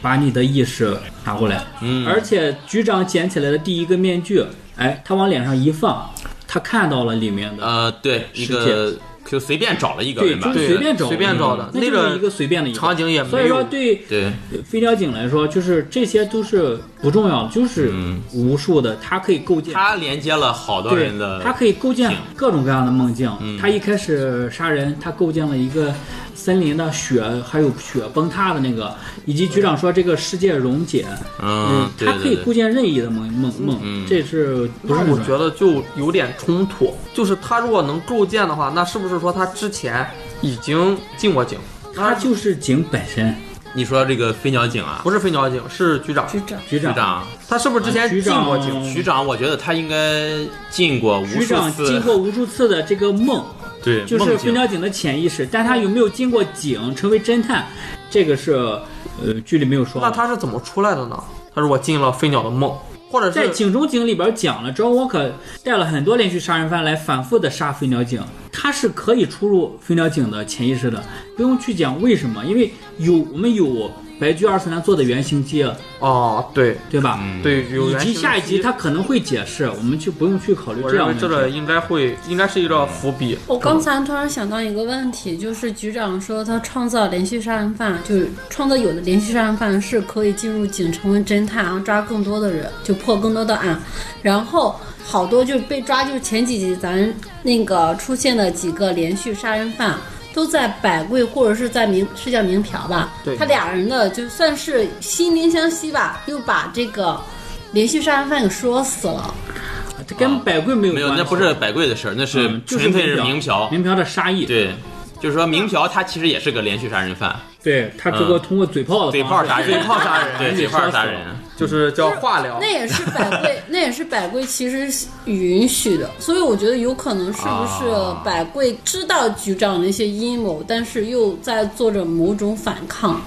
Speaker 3: 把你的意识拿过来。嗯，而且局长捡起来的第一个面具，哎，他往脸上一放，他看到了里面的，
Speaker 2: 呃，对，一个就随便找了一个
Speaker 3: 对，
Speaker 2: 人吧
Speaker 3: 就，是随便找，
Speaker 5: 随便找的
Speaker 3: 嗯那
Speaker 5: 那
Speaker 3: 就是
Speaker 5: 个
Speaker 3: 一个随便的一个
Speaker 5: 场景也
Speaker 3: 所
Speaker 5: 没
Speaker 3: 以说，
Speaker 5: 有。
Speaker 3: 对
Speaker 2: 对，
Speaker 3: 飞鸟井来说，就是这些都是不重要的，就是无数的，它可以构
Speaker 2: 嗯
Speaker 3: 建。
Speaker 2: 他连接了好多
Speaker 3: 对
Speaker 2: 人的，，
Speaker 3: 它可以构建
Speaker 2: 景嗯
Speaker 3: 各种各样的梦境。它一开始杀人，它构建了一个森林的雪，还有雪崩塌的那个，以及局长说这个世界溶解，
Speaker 2: 嗯，对
Speaker 3: 它可
Speaker 2: 对
Speaker 3: 以
Speaker 2: 对嗯
Speaker 3: 构。建任意的梦梦梦，这是不是
Speaker 5: 那
Speaker 3: 很
Speaker 5: 我
Speaker 3: 重
Speaker 5: 觉
Speaker 3: 要
Speaker 5: 得就有点冲突，就是他如果能构建的话，那是不是说他之前已经进过井？
Speaker 3: 它就是井本身。
Speaker 2: 你说这个飞鸟井啊，
Speaker 5: 不是飞鸟井，是局长。
Speaker 3: 局
Speaker 2: 局
Speaker 3: 长，
Speaker 2: 长，
Speaker 5: 他是不是之前
Speaker 3: 局
Speaker 5: 进
Speaker 3: 长
Speaker 5: 过井？
Speaker 2: 局长，我觉得他应该进过无
Speaker 3: 局
Speaker 2: 数
Speaker 3: 长
Speaker 2: 次，
Speaker 3: 经过无数次的这个梦，
Speaker 2: 对，
Speaker 3: 就是
Speaker 2: 梦
Speaker 3: 飞
Speaker 2: 境
Speaker 3: 鸟警的潜意识，但他有没有经过警成为侦探，这个是呃剧里没有说的。
Speaker 5: 那他是怎么出来的呢？他说我进了飞鸟的梦，或者
Speaker 3: 在
Speaker 5: 是
Speaker 3: 《警中警》里边讲了，John Walker 带了很多连续杀人犯来反复的杀飞鸟警，他是可以出入飞鸟警的潜意识的，不用去讲为什么，因为有我们有白居二次郎做的原型机，啊
Speaker 5: 哦，对
Speaker 3: 对吧？
Speaker 2: 嗯
Speaker 5: 对，有
Speaker 3: 嗯以
Speaker 5: 原
Speaker 3: 及
Speaker 5: 型
Speaker 3: 下一集
Speaker 5: 机
Speaker 3: 他可能会解释，我们就不用去考虑
Speaker 5: 我
Speaker 3: 这样
Speaker 5: 认
Speaker 3: 的
Speaker 5: 为
Speaker 3: 问
Speaker 5: 这
Speaker 3: 题。
Speaker 5: 个应该会，应该是一个伏笔。嗯
Speaker 4: 我刚才突然想到一个问题，就是局长说他创造连续杀人犯，就是创造有的连续杀人犯是可以进入警成为侦探，然后抓更多的人，就破更多的案，然后好多就是被抓，就是前几集咱那个出现的几个连续杀人犯。都在百贵或者是在名是叫名嫖吧，
Speaker 5: 对
Speaker 4: 他俩人的就算是心灵相惜吧，又把这个连续杀人犯给说死了。
Speaker 3: 这跟百贵没有
Speaker 2: 啊没
Speaker 3: 关
Speaker 2: 有，
Speaker 3: 系，
Speaker 2: 那不是百贵的事儿，那是
Speaker 3: 嗯就是
Speaker 2: 纯粹是
Speaker 3: 明
Speaker 2: 明嫖。
Speaker 3: 明嫖的杀意，
Speaker 2: 对，就是说明嫖他其实也是个连续杀人犯，
Speaker 3: 对他只不过通过嘴炮的
Speaker 2: 嗯嘴
Speaker 3: 方
Speaker 2: 炮
Speaker 3: 式
Speaker 2: 杀人，
Speaker 5: 嘴炮杀人
Speaker 2: 对，嘴炮杀人。
Speaker 5: 就是叫化疗
Speaker 4: 那。也是百
Speaker 3: <laughs>
Speaker 4: 贵，那也是百贵其实允许的，所以我觉得有可能是不是
Speaker 2: 啊
Speaker 4: 百贵知道局长的一些阴谋，但是又在做着某种反抗。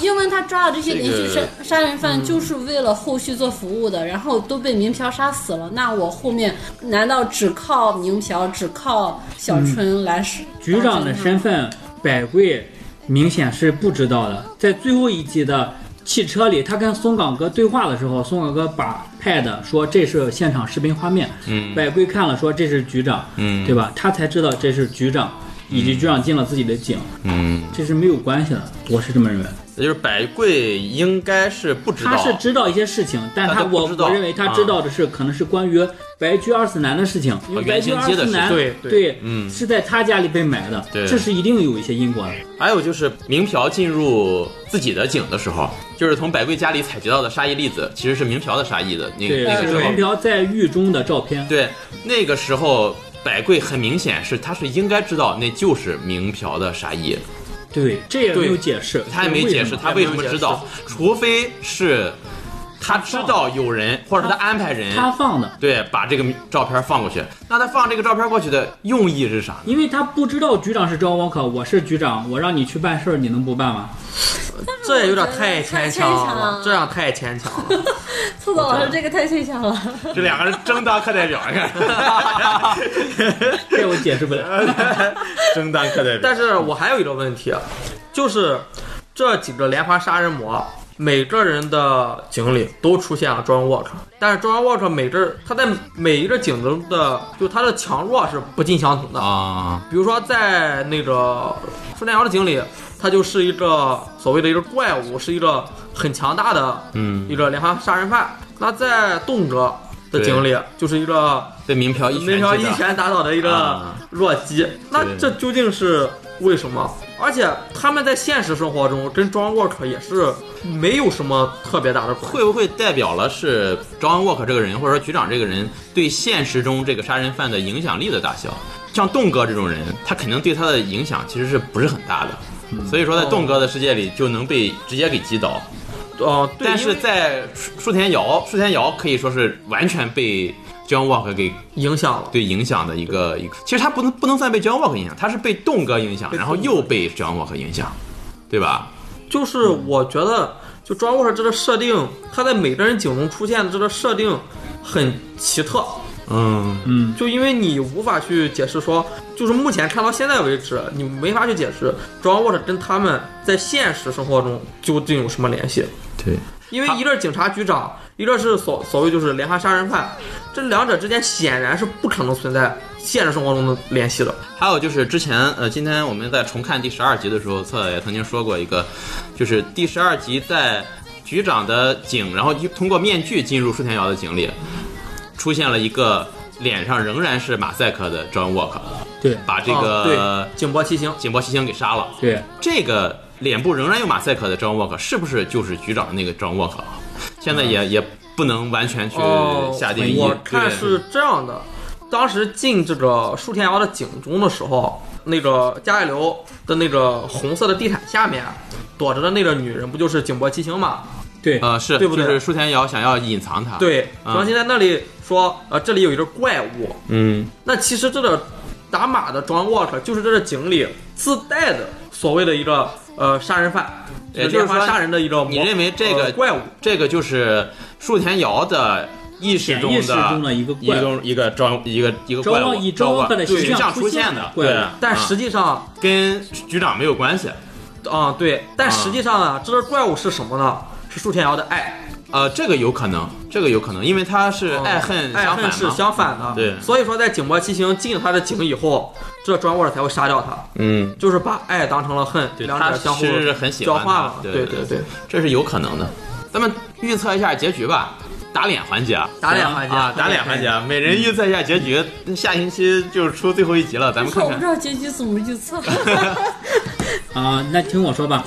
Speaker 4: 因为他抓的这些连续杀
Speaker 2: 这个
Speaker 4: 杀人犯，
Speaker 3: 嗯
Speaker 4: 就是为了后续做服务的，然后都被民嫖杀死了。那我后面难道只靠民嫖，只靠小春来啊是、
Speaker 3: 嗯局长的身份，百贵明显是不知道的。在最后一集的汽车里，他跟松冈哥对话的时候，松冈哥把 pad 说这是现场视频画面，
Speaker 2: 嗯
Speaker 3: 百贵看了说这是局长，
Speaker 2: 嗯
Speaker 3: 对吧？他才知道这是局长，以及局长进了自己的井，
Speaker 2: 嗯，
Speaker 3: 这是没有关系的。我是这么认为，
Speaker 2: 也就是百贵应该是不知
Speaker 3: 他
Speaker 2: 道，
Speaker 3: 是知道一些事情，但
Speaker 2: 但
Speaker 3: 他
Speaker 2: 他不
Speaker 3: 我
Speaker 2: 知道啊
Speaker 3: 我认为他知道的是可能是关于白居二次男的事情，
Speaker 2: 哦
Speaker 3: 因为白居二次
Speaker 5: 哦原型接
Speaker 3: 男
Speaker 5: 的事情对
Speaker 3: 对
Speaker 2: 嗯
Speaker 3: 是在他家里被埋的，
Speaker 2: 对
Speaker 3: 这是一定有一些因果的。
Speaker 2: 还有就是明嫖进入自己的井的时候，就是从百贵家里采集到的杀意粒子，其实是明嫖的杀意的那个
Speaker 3: 对，
Speaker 2: 那个
Speaker 3: 这是
Speaker 2: 时候
Speaker 3: 黄，朴在狱中的照片。
Speaker 2: 对那个时候。百贵很明显是，他是应该知道那就是明嫖的杀意，
Speaker 3: 对，这也没有解释，
Speaker 2: 他也没解释他为什么知道，除非是他知道有人或者他安排人
Speaker 3: 他放的，
Speaker 2: 对，把这个照片放过去。那他放这个照片过去的用意是啥呢？
Speaker 3: 因为他不知道局长是 John Walker，我是局长，我让你去办事儿，你能不办吗？
Speaker 5: 这也有点太牵强
Speaker 4: 太牵强
Speaker 5: 了
Speaker 4: 了，
Speaker 5: 这样太牵强
Speaker 4: <laughs>
Speaker 5: 了。
Speaker 4: 宋总老师这个太形象了。
Speaker 2: <laughs> 这两个人争当课代表， <laughs> 你看，
Speaker 3: 这我解释不了。
Speaker 2: 争当课代
Speaker 5: 但是我还有一个问题，啊就是这几个连环杀人魔，啊每个人的井里都出现了 John Walker，但是 John Walker 每个人他在每一个井中的，就他的强弱是不尽相同的。
Speaker 2: 啊，
Speaker 5: 比如说在那个射电瑶的井里，他就是一个所谓的一个怪物，是一个很强大的
Speaker 2: 嗯，
Speaker 5: 一个连环杀人犯。那在动辄的井里，就是一个
Speaker 2: 被民嫖一拳
Speaker 5: 那条
Speaker 2: 击
Speaker 5: 一
Speaker 2: 的
Speaker 5: 拳打倒的一个
Speaker 2: 啊
Speaker 5: 弱鸡，那这究竟是为什么？而且他们在现实生活中跟 John Walker 也是没有什么特别大的关系。
Speaker 2: 会不会代表了是 John Walker 这个人，或者说局长这个人对现实中这个杀人犯的影响力的大小？像栋哥这种人，他肯定对他的影响其实是不是很大的，所以说在栋哥的世界里就能被直接给击倒。
Speaker 5: 哦、对，
Speaker 2: 但
Speaker 5: 因
Speaker 2: 是
Speaker 5: 为
Speaker 2: 在树树田瑶，树田瑶可以说是完全被 John Walker 给
Speaker 5: 影响了。
Speaker 2: 对影响的一个一个，其实他不能不能算被 John Walker 影响，他是被栋哥影响，
Speaker 5: 被
Speaker 2: 然后
Speaker 5: 栋
Speaker 2: 又被 John Walker 影响，对吧？
Speaker 5: 就是
Speaker 2: 嗯
Speaker 5: 我觉得，就 John Walker 这个设定，他在每个人井中出现的这个设定很奇特。
Speaker 2: 嗯
Speaker 3: 嗯，
Speaker 5: 就因为你无法去解释说，就是目前看到现在为止，你没法去解释 John Walker 跟他们在现实生活中究竟有什么联系。
Speaker 2: 对，
Speaker 5: 因为一个是警察局长，一个是所所谓就是连环杀人犯，这两者之间显然是不可能存在现实生活中的联系的。
Speaker 2: 还有就是之前呃，今天我们在重看第十二集的时候，策也曾经说过一个，就是第十二集在局长的井，然后就通过面具进入舒田瑶的井里，出现了一个脸上仍然是马赛克的 John Walker，
Speaker 3: 对
Speaker 2: 把这个
Speaker 5: 啊对警报七星，
Speaker 2: 警报七星给杀了。 <laughs>
Speaker 3: 对，
Speaker 2: 这个脸部仍然有马赛克的 John Walker，是不是就是局长的那个 John Walker？现啊在也、也不能完全去
Speaker 5: 嗯哦，
Speaker 2: 下定义。
Speaker 5: 我看
Speaker 2: 对
Speaker 5: 是这样的，当时进这个树天瑶的井中的时候，那个加野流的那个红色的地毯下面躲着的那个女人，不就是井柏七星吗？
Speaker 3: 对，
Speaker 2: 呃是
Speaker 5: 对不对
Speaker 2: 就是舒田瑶想要隐藏他。
Speaker 5: 对，
Speaker 2: 嗯
Speaker 5: 然后就在那里说，呃，这里有一个怪物，
Speaker 2: 嗯，
Speaker 5: 那其实这个打码的 John Walker 就是这个井里自带的所谓的一个呃杀人犯，
Speaker 2: 也就是说
Speaker 5: 连环杀人的一个魔
Speaker 2: 你认为这个
Speaker 5: 呃怪物？
Speaker 2: 这个就是树田瑶的意识中
Speaker 3: 潜意识
Speaker 2: 的
Speaker 3: 中的一个
Speaker 2: 一
Speaker 3: 怪物
Speaker 2: 个一个装一个一个
Speaker 3: 周
Speaker 2: 怪物，
Speaker 3: 以
Speaker 2: 装
Speaker 3: 周克的
Speaker 2: 对
Speaker 3: 形
Speaker 2: 象
Speaker 3: 象
Speaker 2: 出
Speaker 3: 现
Speaker 2: 的，
Speaker 3: 怪
Speaker 2: 对
Speaker 3: 物，，
Speaker 5: 但
Speaker 2: 嗯
Speaker 5: 实际上
Speaker 2: 跟局长没有关系。
Speaker 5: 啊、对，但
Speaker 2: 啊
Speaker 5: 实际上啊，这个怪物是什么呢？是树天瑶的爱，啊
Speaker 2: 呃，这个有可能，这个有可能，因为他是爱恨
Speaker 5: 嗯爱
Speaker 2: 相
Speaker 5: 恨
Speaker 2: 反
Speaker 5: 是
Speaker 2: 嘛。
Speaker 5: 相反的。
Speaker 2: 对
Speaker 5: 所以说在井柏七星进他的井以后，这庄沃尔才会杀掉他，
Speaker 2: 嗯，
Speaker 5: 就是把爱当成了恨，
Speaker 2: 对
Speaker 5: 两者
Speaker 2: 他
Speaker 5: 相互
Speaker 2: 是很喜
Speaker 5: 交
Speaker 2: 欢他
Speaker 5: 换了。
Speaker 2: 对
Speaker 5: 对
Speaker 2: 对
Speaker 5: 对，
Speaker 2: 这是有可能的。咱们预测一下结局吧，打脸环节啊。
Speaker 5: 打脸环节
Speaker 2: 啊，打脸环节，啊，每人预测一下结局。下星期就是出最后一集了，咱们看
Speaker 4: <laughs> 我不知
Speaker 2: 看
Speaker 4: 道结局怎么预测。
Speaker 3: <laughs>
Speaker 4: <laughs>
Speaker 3: 啊，那听我说吧，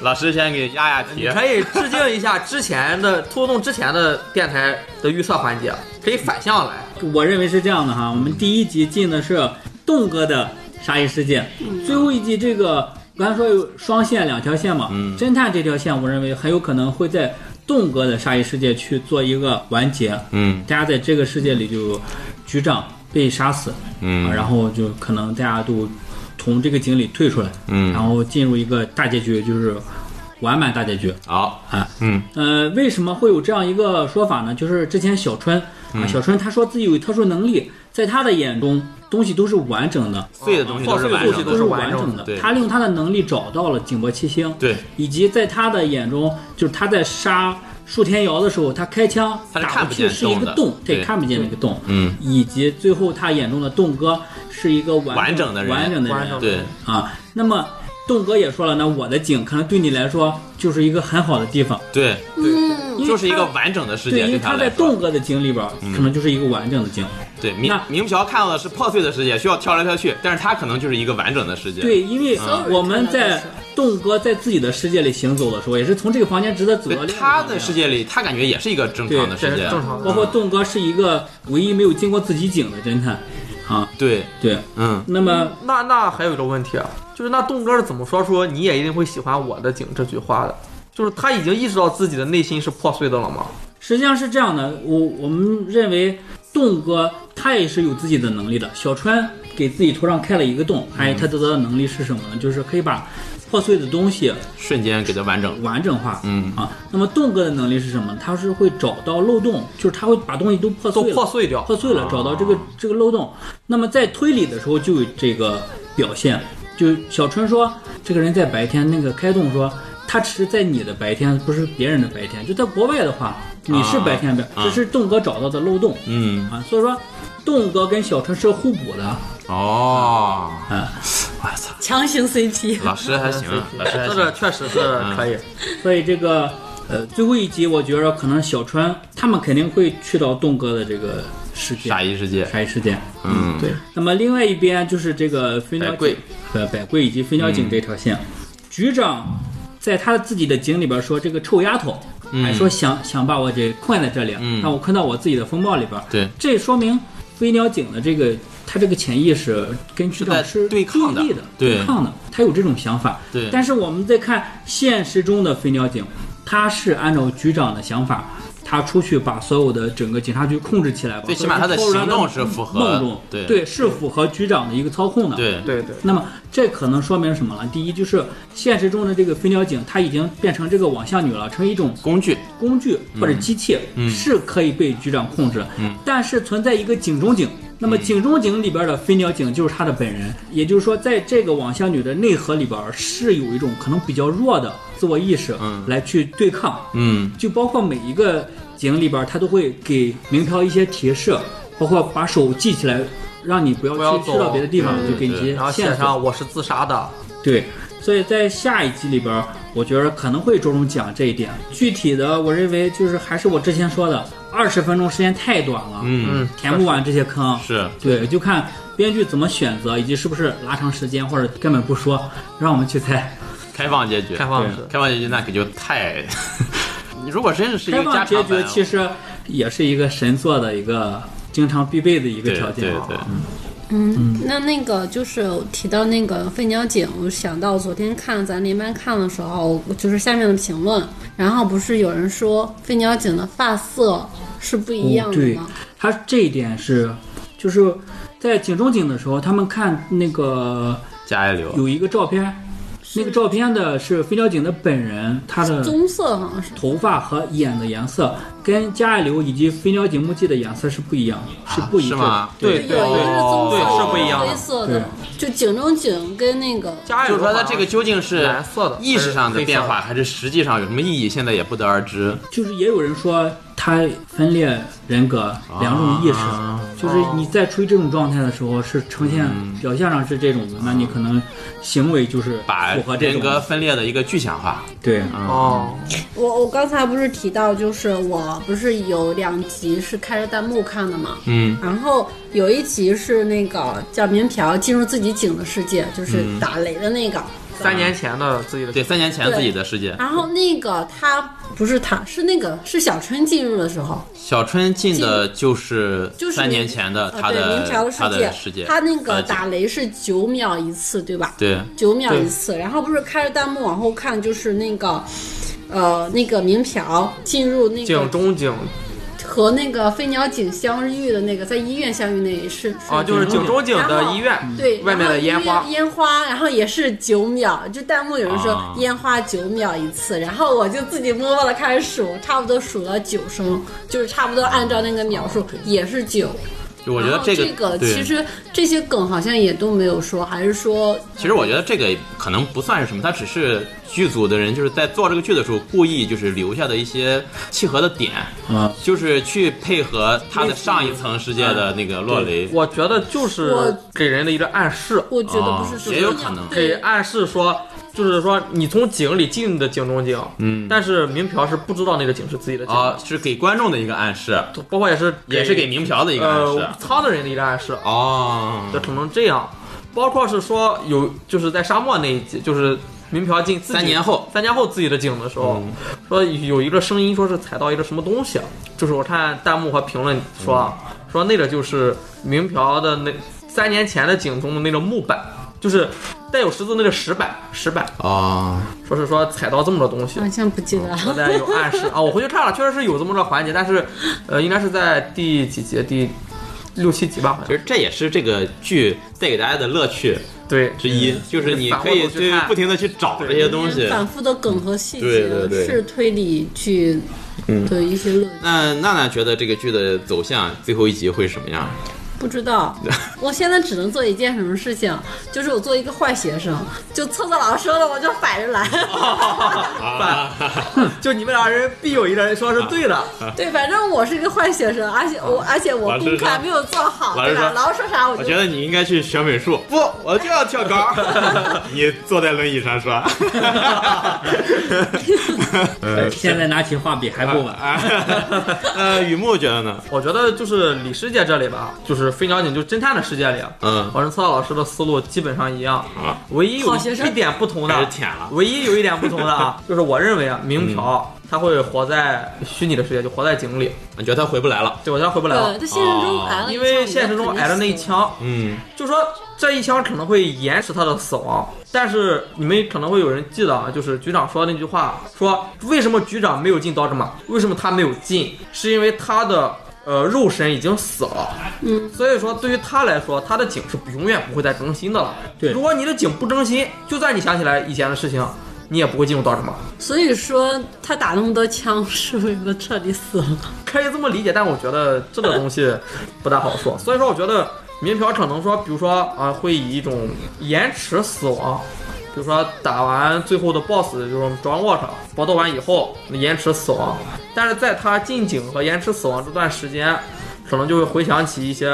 Speaker 2: 老师先给压压题
Speaker 5: 你。可以致敬一下之前的拖动之前的电台的预测环节，啊可以反向来。
Speaker 3: 我认为是这样的哈，我
Speaker 2: 嗯
Speaker 3: 们第一集进的是栋哥的杀人事件，
Speaker 2: 嗯
Speaker 3: 最后一集这个我刚才说有双线两条线嘛，
Speaker 2: 嗯
Speaker 3: 侦探这条线我认为很有可能会在栋哥的杀人事件去做一个完结，
Speaker 2: 嗯
Speaker 3: 大家在这个世界里就局长被杀死，啊，
Speaker 2: 嗯
Speaker 3: 然后就可能大家都从这个井里退出来，
Speaker 2: 嗯，
Speaker 3: 然后进入一个大结局，就是完满大结局。
Speaker 2: 好
Speaker 5: 哎
Speaker 3: 啊，
Speaker 2: 嗯
Speaker 5: 哦
Speaker 3: 呃，为什么会有这样一个说法呢？就是之前小春
Speaker 2: 嗯
Speaker 3: 啊，小春他说自己有特殊能力，在他的眼中，东西都是完整的，
Speaker 2: 碎的东西都是
Speaker 5: 破
Speaker 2: 完整
Speaker 5: 碎的东西
Speaker 2: 的
Speaker 3: 都。是
Speaker 5: 完整的
Speaker 3: 整
Speaker 2: 对
Speaker 3: 他利用他的能力找到了井柏七星，
Speaker 2: 对，
Speaker 3: 以及在他的眼中，就是他在杀树天瑶的时候，他开枪
Speaker 2: 他是
Speaker 3: 打
Speaker 2: 看
Speaker 3: 过
Speaker 2: 不
Speaker 3: 去
Speaker 2: 见
Speaker 3: 是一个
Speaker 2: 洞的
Speaker 3: 洞，对，
Speaker 2: 对
Speaker 3: 看不见那个洞。
Speaker 2: 嗯，
Speaker 3: 以及最后他眼中的栋哥是一个完
Speaker 2: 完整
Speaker 3: 整
Speaker 2: 的人
Speaker 3: 完整的
Speaker 5: 完整的
Speaker 3: 人
Speaker 2: 对，
Speaker 3: 啊。那么栋哥也说了，那我的井可能对你来说就是一个很好的地方，
Speaker 2: 对，
Speaker 4: 嗯，
Speaker 3: 因为
Speaker 2: 就是一
Speaker 3: 他
Speaker 2: 个完整的世
Speaker 3: 对，
Speaker 2: 界，
Speaker 3: 因为
Speaker 2: 对
Speaker 3: 他在
Speaker 2: 来说
Speaker 3: 栋哥的井里边儿可能就是一个完整的井。
Speaker 2: 对明
Speaker 3: 那
Speaker 2: 明桥看到的是破碎的世界，需要跳来跳去，但是他可能就是一个完整的世界。，
Speaker 3: 对，因为我们在栋哥在自己的世界里行走的时候，也是从这个房间直接走到
Speaker 2: 对，
Speaker 3: 另一个
Speaker 2: 他
Speaker 3: 房
Speaker 2: 的
Speaker 3: 间
Speaker 2: 世界里，他感觉也是一个正常的世
Speaker 5: 这
Speaker 2: 界啊
Speaker 5: 是。正常的。
Speaker 3: 包括栋哥是一个唯一没有进过自己井的侦探啊。
Speaker 2: 对，
Speaker 3: 对，
Speaker 2: 嗯，
Speaker 3: 那么
Speaker 5: 那那还有一个问题啊，就是那栋哥是怎么说出“你也一定会喜欢我的景”这句话的？就是他已经意识到自己的内心是破碎的了吗？
Speaker 3: 实际上是这样的，我我们认为栋哥他也是有自己的能力的。小川给自己头上开了一个洞，哎，他得到的能力是什么呢？就是可以把破碎的东西
Speaker 2: 瞬间给他完整。
Speaker 3: 完整化。
Speaker 2: 嗯
Speaker 3: 啊，那么栋哥的能力是什么？他是会找到漏洞，就是他会把东西都破
Speaker 5: 都
Speaker 3: 碎了，
Speaker 5: 破碎掉。
Speaker 3: 破碎了，找到这个这个漏洞。那么在推理的时候就有这个表现，就小春说这个人在白天，那个开动说他只是在你的白天，不是别人的白天。就在国外的话，你是白天的，
Speaker 2: 啊
Speaker 3: 这是栋哥找到的漏洞
Speaker 2: 嗯，
Speaker 3: 啊。所以说，栋哥跟小春是互补的
Speaker 2: 哦，
Speaker 3: 啊，
Speaker 2: 我操，
Speaker 4: 强行 CP。
Speaker 2: 老师还行，啊老师还
Speaker 5: 嗯这
Speaker 2: 行嗯
Speaker 5: 个。确实是可以，
Speaker 3: 所以这个。呃，最后一集我觉着可能小川他们肯定会去到栋哥的这个世界
Speaker 2: 傻一世界，
Speaker 3: 杀一事件，
Speaker 2: 嗯，
Speaker 5: 对，
Speaker 3: 那么另外一边就是这个飞鸟
Speaker 2: 百贵
Speaker 3: 井和百贵以及飞鸟井这条线，局长在他自己的井里边说这个臭丫头，
Speaker 2: 嗯
Speaker 3: 还说想想把我这困在这里，
Speaker 2: 嗯
Speaker 3: 让我困到我自己的风暴里边。
Speaker 2: 对，
Speaker 3: 这说明飞鸟井的这个他这个潜意识跟局长
Speaker 2: 是在
Speaker 3: 是
Speaker 2: 对抗的
Speaker 3: 立的，
Speaker 2: 对
Speaker 3: 对抗的，他有这种想法。
Speaker 2: 对
Speaker 3: 但是我们在看现实中的飞鸟井，他是按照局长的想法。他出去把所有的整个警察局控制起来，把
Speaker 2: 最起码
Speaker 3: 所有
Speaker 2: 他的
Speaker 3: 人扣住
Speaker 2: 行动是符合
Speaker 3: 梦中，
Speaker 2: 对
Speaker 3: 是符合局长的一个操控的。，
Speaker 2: 对，
Speaker 5: 对对。
Speaker 3: 那么这可能说明什么了？第一，就是现实中的这个飞鸟警，它已经变成这个网像女了，成为一种
Speaker 2: 工具，
Speaker 3: 工具或者机器，
Speaker 2: 嗯
Speaker 3: 是可以被局长控制。
Speaker 2: 嗯
Speaker 3: 但是存在一个井中井。那么井中井里边的飞鸟井就是他的本人，也就是说，在这个网像女的内核里边是有一种可能比较弱的自我意识
Speaker 2: 嗯
Speaker 3: 来去对抗，
Speaker 2: 嗯，
Speaker 3: 就包括每一个井里边儿，它都会给明条一些提示，包括把手记起来，让你不要
Speaker 5: 不要
Speaker 3: 去
Speaker 5: 走
Speaker 3: 去到别的地方，
Speaker 2: 对
Speaker 3: 就给你一
Speaker 2: 对
Speaker 3: 些
Speaker 5: 然后
Speaker 3: 线
Speaker 5: 写
Speaker 3: 索。
Speaker 5: 上我是自杀的，
Speaker 3: 对，所以在下一集里边儿，我觉得可能会着重讲这一点。具体的，我认为就是还是我之前说的，二十分钟时间太短了，
Speaker 2: 嗯，
Speaker 5: 嗯，
Speaker 3: 填不完这些坑。
Speaker 2: 是，
Speaker 3: 对，就看编剧怎么选择，以及是不是拉长时间，或者根本不说，让我们去猜。
Speaker 2: 开放结局，
Speaker 5: 开放式
Speaker 3: 对。
Speaker 2: 开放结局那可就
Speaker 3: <laughs>
Speaker 2: 太，你如果真是一
Speaker 3: 开
Speaker 2: 个家
Speaker 3: 放结
Speaker 2: 常
Speaker 3: 局
Speaker 2: 版，
Speaker 3: 其实也是一个神作的一个经常必备的一个
Speaker 2: 对
Speaker 3: 条
Speaker 2: 对
Speaker 3: 件啊。
Speaker 2: 对，
Speaker 4: 嗯，那那个就是提到那个飞鸟井，我想到昨天看咱连麦看的时候，就是下面的评论，然后不是有人说飞鸟井的发色是不一样的
Speaker 3: 哦对
Speaker 5: 哦
Speaker 4: 吗？，
Speaker 3: 它这一点是，就是在井中井的时候，他们看那个
Speaker 2: 加一流，
Speaker 3: 有一个照片，那个照片的是飞鸟井的本人，他的
Speaker 4: 棕色好像是。
Speaker 3: 头发和眼的颜色跟加一流以及飞鸟井木纪的颜色是不一样的，是不一致
Speaker 2: 啊是
Speaker 3: 的。
Speaker 2: 吗？
Speaker 5: 对
Speaker 4: 有一个是
Speaker 5: 哦
Speaker 4: 棕色，
Speaker 5: 对
Speaker 4: 有
Speaker 5: 是不一样的
Speaker 4: 个灰色的，就井中井跟那个
Speaker 5: 加
Speaker 2: 就是说，它这个究竟是
Speaker 5: 蓝色的
Speaker 2: 意识上的变化，
Speaker 5: 还
Speaker 2: 还是实际上有什么意义，现在也不得而知。
Speaker 3: 就是也有人说他分裂人格两种意识，
Speaker 2: 啊嗯
Speaker 3: 就是你在处于这种状态的时候是呈现、表现上是这种的，那你可能行为就是
Speaker 2: 啊把
Speaker 3: 符合这
Speaker 2: 人
Speaker 3: 种
Speaker 2: 格啊
Speaker 3: 的
Speaker 2: 分裂的一个具象化。
Speaker 3: 对。
Speaker 2: 嗯
Speaker 5: 哦，
Speaker 4: 我我刚才不是提到，就是我不是有两集是开着弹幕看的嘛，
Speaker 2: 嗯，
Speaker 4: 然后有一集是那个叫民朴进入自己井的世界，就是
Speaker 5: 嗯
Speaker 4: 打雷的那个。
Speaker 5: 三年前的自己的
Speaker 2: 对，三年前
Speaker 4: 对
Speaker 2: 自己的世界，
Speaker 4: 然后那个他不是他，是那个是小春进入的时候，
Speaker 2: 小春进的就是
Speaker 4: 就是
Speaker 2: 三年前的
Speaker 4: 呃
Speaker 2: 他
Speaker 4: 对民朴
Speaker 2: 的
Speaker 4: 的
Speaker 2: 他的世
Speaker 4: 世
Speaker 2: 界，
Speaker 4: 他那
Speaker 2: 他的
Speaker 4: 个
Speaker 2: 景
Speaker 4: 打雷是九秒一次，对吧？
Speaker 2: 对，
Speaker 4: 九秒一次，然后不是开着弹幕往后看，就是那个，呃，那个民朴进入那
Speaker 5: 井
Speaker 4: 个
Speaker 5: 中井
Speaker 4: 和那个飞鸟井相遇的那个，在医院相遇那一是
Speaker 2: 哦
Speaker 5: 啊，就是井中井的医院，嗯
Speaker 2: 嗯
Speaker 4: 对，
Speaker 5: 外面的烟
Speaker 4: 然后
Speaker 5: 花
Speaker 4: 烟烟花，然后也是九秒，就弹幕有人说
Speaker 2: 啊
Speaker 4: 烟花九秒一次，然后我就自己默默的开始数，差不多数了九
Speaker 2: 嗯
Speaker 4: 声，就是差不多按照那个秒数也是九。
Speaker 2: 就我觉得
Speaker 4: 然后这
Speaker 2: 个对
Speaker 4: 其实这些梗好像也都没有说，还是说
Speaker 2: 其实我觉得这个可能不算是什么，它只是剧组的人就是在做这个剧的时候故意就是留下的一些契合的点，
Speaker 3: 啊，
Speaker 2: 就是去配合他的上一层世界的
Speaker 4: 嗯
Speaker 2: 那个落雷。
Speaker 5: 我觉得就是
Speaker 4: 我
Speaker 5: 给人的一个暗示，
Speaker 4: 我觉得
Speaker 2: 哦
Speaker 4: 不是说
Speaker 2: 也有可能
Speaker 5: 给
Speaker 4: 对
Speaker 5: 暗示说，就是说你从井里进的井中井，嗯，但是民朴是不知道那个井是自己的井，
Speaker 2: 啊，是给观众的一个暗示，
Speaker 5: 包括也是
Speaker 2: 也是给民朴的一个暗示啊
Speaker 5: 呃。仓的人的一个暗示，
Speaker 2: 哦
Speaker 5: 就，只能这样。包括是说有就是在沙漠那一集，就是民朴进自己
Speaker 2: 三年后嗯
Speaker 5: 三年后自己的井的时候，说有一个声音说是踩到一个什么东西，啊就是我看弹幕和评论说啊，
Speaker 2: 嗯
Speaker 5: 说那个就是民朴的那三年前的井中的那个木板，就是带有十字那个石板，石板
Speaker 2: 哦，
Speaker 5: 说是说踩到这么个东西
Speaker 4: 好。像不记得了。
Speaker 5: 大家有暗示啊，我回去看了，确实是有这么个环节，但是，呃，应该是在第几节，第六七集吧，好像
Speaker 2: 其实这也是这个剧带给大家的乐趣
Speaker 5: 对，
Speaker 2: 之一，就是你可以
Speaker 5: 反复地去
Speaker 2: 对
Speaker 5: 看
Speaker 2: 不停的去找这些东西。
Speaker 4: 反复的梗和细
Speaker 2: 对
Speaker 4: 节
Speaker 2: 对对嗯
Speaker 4: 是推理剧的一些乐趣。
Speaker 2: 那娜娜觉得这个剧的走向最后一集会是什么样？
Speaker 4: 不
Speaker 2: <laughs>
Speaker 4: 知道，我现在只能做一件什么事情，就是我做一个坏学生，就厕所老师说的我就反着
Speaker 2: <laughs>
Speaker 4: 来。
Speaker 2: 啊，
Speaker 5: <laughs> 就你们俩人必有一个人说是对的，
Speaker 4: 对，反正我是一个坏学生，而且我而且我
Speaker 2: 啊老师说
Speaker 4: 功课还没有做好，
Speaker 2: 老师
Speaker 4: 对吧？
Speaker 2: 说
Speaker 4: 老师说啥我
Speaker 2: 我
Speaker 4: 就
Speaker 2: 觉得你应该去学美术，不，我就要跳高。 <laughs> 你坐在轮椅上说， <laughs>
Speaker 3: 呃现在拿起画笔还不
Speaker 2: 呃 <laughs>
Speaker 3: 稳，
Speaker 2: 啊，呃，雨木觉得呢？
Speaker 5: 我觉得就是李世界这里吧，就是飞鸟警就侦探的世界里，啊
Speaker 2: 嗯
Speaker 5: 我跟策老师的思路基本上一样
Speaker 2: 啊，
Speaker 5: 唯一有
Speaker 4: 好学生
Speaker 5: 一点不同的
Speaker 2: 开始舔了，嗯
Speaker 5: 唯一有一点不同
Speaker 2: <laughs>
Speaker 5: 的啊，就是我认为啊，明朴他会活在虚拟的世界，就活在井里，
Speaker 2: 你觉得他回不来了？
Speaker 5: 对我觉得他回不来了
Speaker 4: 对，，呃在现实中
Speaker 2: 哦
Speaker 4: 挨了一枪，
Speaker 5: 因为现实中挨了那一枪，
Speaker 2: 嗯，
Speaker 5: 就说这一枪可能会延迟他的死亡，但是你们可能会有人记得啊，就是局长说的那句话，说为什么局长没有进刀之马？为什么他没有进？是因为他的呃肉身已经死了，嗯，所以说对于他来说，他的井是永远不会再更新的了。
Speaker 3: 对
Speaker 5: 如果你的井不更新，就算你想起来以前的事情，你也不会进入刀之马。
Speaker 4: 所以说他打那么多枪是为了彻底死了。
Speaker 5: 可以这么理解，但我觉得这个东西不大好说。所以说，我觉得民嫖可能说，比如说啊，会以一种延迟死亡，比如说打完最后的 BOSS，就是我们 John Walker 搏斗完以后延迟死亡，但是在他进井和延迟死亡这段时间，可能就会回想起一些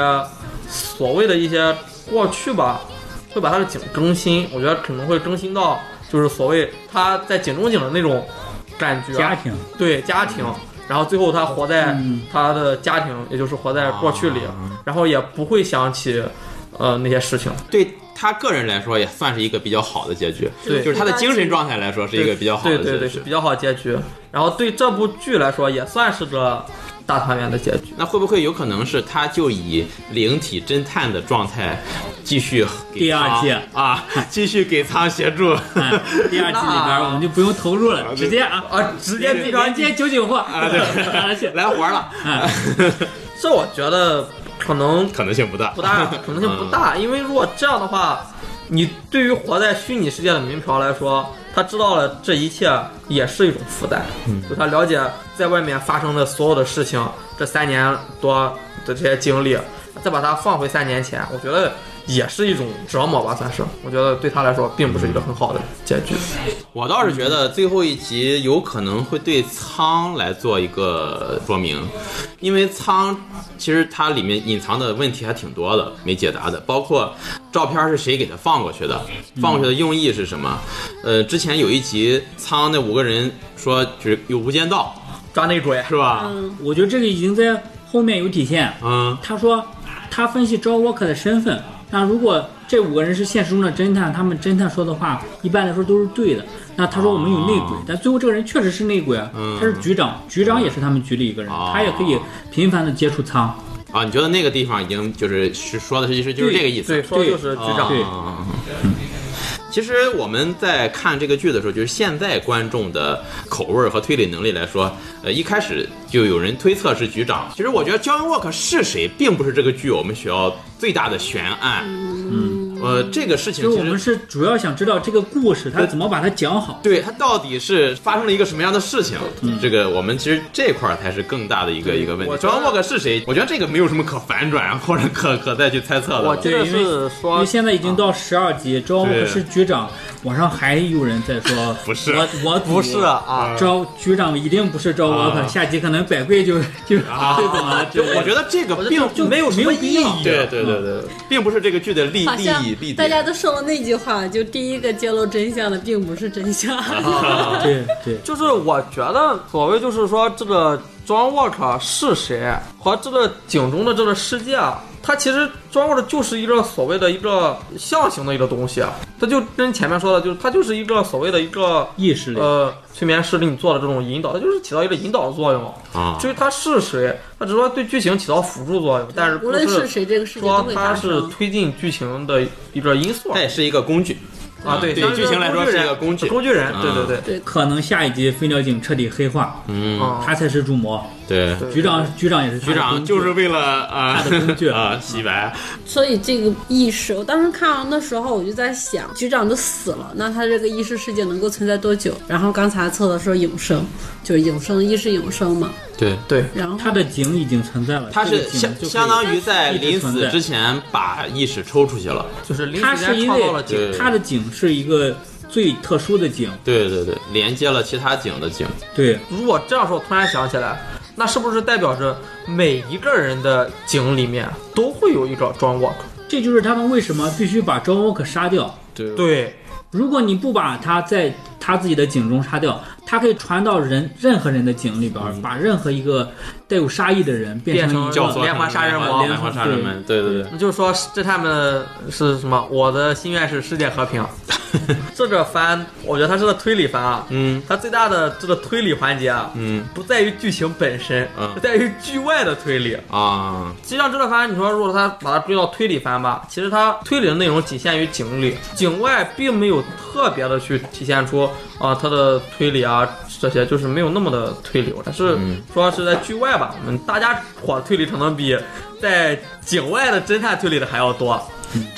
Speaker 5: 所谓的一些过去吧，会把他的井更新。我觉得可能会更新到就是所谓他在井中井的那种感觉，
Speaker 3: 家庭
Speaker 5: 对家庭，
Speaker 2: 嗯
Speaker 5: 然后最后他活在
Speaker 3: 嗯
Speaker 5: 他的家庭，也就是活在过去里，
Speaker 2: 啊
Speaker 5: 然后也不会想起呃那些事情。
Speaker 2: 对他个人来说也算是一个比较好的结局，
Speaker 5: 对
Speaker 2: 就是他的精神状态来说是一个比较好的
Speaker 5: 对
Speaker 2: 结局。
Speaker 5: 对对，是比较好的结局。然后对这部剧来说，也算是个大团圆的结局。
Speaker 2: 那会不会有可能是他就以灵体侦探的状态继续给
Speaker 3: 第二
Speaker 2: 仓
Speaker 3: 季
Speaker 2: 啊，继续给仓协助？
Speaker 3: 哎第二季里边我们就不用投入了，直接啊，
Speaker 5: 啊，直
Speaker 2: <laughs>
Speaker 5: 接
Speaker 3: <laughs> 连接九九货啊
Speaker 2: 对来活儿了，
Speaker 3: 哎
Speaker 5: 这我觉得可能
Speaker 2: <laughs> 可能性不大
Speaker 5: 不。大，可能性不
Speaker 3: 嗯
Speaker 5: 大，因为如果这样的话，你对于活在虚拟世界的民嫖来说，他知道了这一切也是一种负担，
Speaker 3: 嗯
Speaker 5: 就他了解在外面发生的所有的事情，这三年多的这些经历，再把它放回三年前，我觉得。也是一种折磨吧，算是。我觉得对他来说，并不是一个很好的结局。
Speaker 2: 我倒是觉得最后一集有可能会对仓来做一个说明，因为仓其实它里面隐藏的问题还挺多的，没解答的，包括照片是谁给他放过去的，放过去的用意是什么？呃，之前有一集仓那五个人说就是有无间道
Speaker 5: 抓内鬼，
Speaker 2: 是吧？
Speaker 5: 嗯
Speaker 3: 我觉得这个已经在后面有体现。
Speaker 2: 嗯
Speaker 3: 他说他分析 John Walker 的身份，那如果这五个人是现实中的侦探，他们侦探说的话一般来说都是对的。那他说我们有内鬼，
Speaker 2: 哦
Speaker 3: 但最后这个人确实是内鬼啊，
Speaker 2: 嗯
Speaker 3: 他是局长，局长也是他们局里一个人，
Speaker 2: 哦
Speaker 3: 他也可以频繁的接触仓。
Speaker 2: 啊，你觉得那个地方已经就是是说的是就是就是这个意思？
Speaker 5: 对，说的就是局长。
Speaker 3: 对
Speaker 2: 啊其实我们在看这个剧的时候，就是现在观众的口味儿和推理能力来说，呃，一开始就有人推测是局长。其实我觉得 John Walker 是谁，并不是这个剧我们需要最大的悬案。嗯，呃，这个事情
Speaker 3: 所以我
Speaker 2: 其
Speaker 3: 们
Speaker 2: 实
Speaker 3: 是主要想知道这个故事他怎么把它讲好。
Speaker 2: 对他到底是发生了一个什么样的事情，这个我们其实这块儿才是更大的一个一个问题。
Speaker 5: 嗯我觉得
Speaker 2: John Walker 是谁？我觉得这个没有什么可反转或者可可再去猜测的
Speaker 5: 我
Speaker 2: 了。
Speaker 5: 记得
Speaker 3: 对因为
Speaker 5: 是
Speaker 3: 因
Speaker 5: 说
Speaker 3: 为现在已经到十二集，招
Speaker 2: 对
Speaker 3: 可是局长，网上还有人在说
Speaker 2: 不是
Speaker 3: 我我赌
Speaker 5: 不是啊，
Speaker 3: 招局长一定不是招我
Speaker 2: 啊
Speaker 3: 可，下集可能百贵就 <laughs> 就
Speaker 2: 啊
Speaker 3: 对怎么了？
Speaker 2: 就我觉得这个
Speaker 5: 我觉得
Speaker 2: 并
Speaker 5: 就就没有什么意义啊
Speaker 2: 对对对对，并不是这个剧的利
Speaker 4: 好
Speaker 2: 利
Speaker 4: 像
Speaker 2: 益利
Speaker 4: 大家
Speaker 2: 点。
Speaker 4: 都说了那句话，就第一个揭露真相的并不是真相。
Speaker 2: 啊
Speaker 3: <laughs> 对对，
Speaker 5: 就是我觉得所谓就是说这个 John Walker 是谁和这个警钟的这个世界，啊它其实 John Walker 就是一个所谓的一个象形的一个东西，啊它就跟前面说的，就是它就是一个所谓的一个
Speaker 3: 意识类。
Speaker 5: 呃催眠师给你做的这种引导，它就是起到一个引导作用。
Speaker 2: 啊
Speaker 5: 至于他是谁，他只是说对剧情起到辅助作用，但是
Speaker 4: <laughs> 无
Speaker 5: 不
Speaker 4: 论是谁，这个世界都
Speaker 5: 说
Speaker 4: 会
Speaker 5: 它
Speaker 4: 发
Speaker 5: 是
Speaker 4: 生。
Speaker 5: 推进剧情的一个因素
Speaker 2: 它也是一个工具
Speaker 5: 啊。对，
Speaker 2: 对
Speaker 5: 像是
Speaker 2: 剧情来说是一个工
Speaker 5: 工
Speaker 2: 具。
Speaker 5: 具人，对
Speaker 2: 嗯
Speaker 5: 对对，
Speaker 3: 可能下一集飞鸟警彻底黑化，
Speaker 2: 嗯，
Speaker 5: 啊
Speaker 3: 他才是主谋。
Speaker 2: 对，
Speaker 5: 对
Speaker 3: 局长局长也是他的
Speaker 2: 局长
Speaker 3: 工具
Speaker 2: 就是为了啊
Speaker 3: 他的工具
Speaker 2: 啊洗白，
Speaker 4: 所以这个意识，我当时看完的时候，我就在想，局长都死了，那他这个意识世界能够存在多久？然后刚才测的说永生，就是永生，意识永生嘛。
Speaker 2: 对。
Speaker 5: 对。
Speaker 4: 然后
Speaker 3: 他的井已经存在了，
Speaker 2: 他
Speaker 3: 这个
Speaker 2: 是
Speaker 3: 井
Speaker 2: 相
Speaker 3: 就可以
Speaker 2: 相当于在临
Speaker 3: 一直
Speaker 2: 死
Speaker 3: 存在
Speaker 2: 之前把意识抽出去了，
Speaker 5: 就是临
Speaker 3: 他
Speaker 5: 时
Speaker 3: 是
Speaker 5: 间
Speaker 3: 因
Speaker 5: 创造了景，
Speaker 3: 为他的井是一个最特殊的井，
Speaker 2: 对对对，连接了其他井的井，
Speaker 3: 对，
Speaker 5: 如果这样说，我突然想起来，那是不是代表着每一个人的井里面都会有一个 John Walker？
Speaker 3: 这就是他们为什么必须把 John Walker 杀掉。
Speaker 2: 对
Speaker 5: 对，
Speaker 3: 如果你不把他在他自己的井中杀掉，他可以传到人任何人的井里边儿，把任何一个带有杀意的人变
Speaker 5: 变成
Speaker 3: 成一
Speaker 2: 教唆
Speaker 3: 个
Speaker 5: 连环杀人魔
Speaker 2: 连环杀人魔，对对对，
Speaker 5: 那就是说这他们是什么？我的心愿是世界和
Speaker 2: <laughs>
Speaker 5: 平。这个番，我觉得它是个推理番啊。
Speaker 2: 嗯
Speaker 5: 它最大的这个推理环节啊，
Speaker 2: 嗯
Speaker 5: 不在于剧情本身，
Speaker 2: 嗯
Speaker 5: 而在于剧外的推理。
Speaker 2: 啊，
Speaker 5: 实际上，这个番你说，如果他把它追到推理番吧，其实它推理的内容仅限于井里，井外并没有特别的去体现出啊它的推理啊这些，就是没有那么的推理。但是
Speaker 2: 嗯
Speaker 5: 说是在剧外吧，我们大家伙推理可能比在井外的侦探推理的还要多。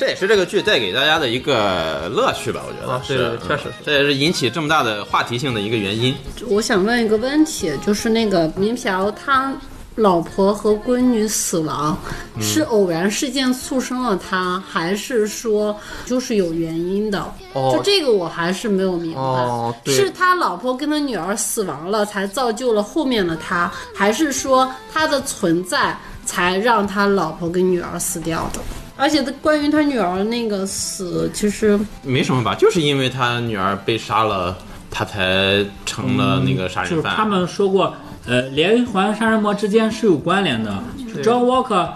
Speaker 2: 这也是这个剧带给大家的一个乐趣吧，我觉得
Speaker 5: 啊对
Speaker 2: 是
Speaker 5: 对对确实
Speaker 2: 嗯
Speaker 5: 是
Speaker 2: 这也是引起这么大的话题性的一个原因。
Speaker 4: 我想问一个问题，就是那个民嫖他老婆和闺女死亡，是偶然事件促生了他，还是说就是有原因的？
Speaker 5: 哦
Speaker 4: 就这个我还是没有明白，
Speaker 5: 哦对
Speaker 4: 是他老婆跟他女儿死亡了，才造就了后面的他，还是说他的存在才让他老婆跟女儿死掉的？而且关于他女儿那个死，其实
Speaker 2: 没什么吧，就是因为他女儿被杀了，他才成了那个杀
Speaker 3: 就
Speaker 2: 人
Speaker 3: 是
Speaker 2: 犯。
Speaker 3: 他们说过，呃，连环杀人魔之间是有关联的。就 John Walker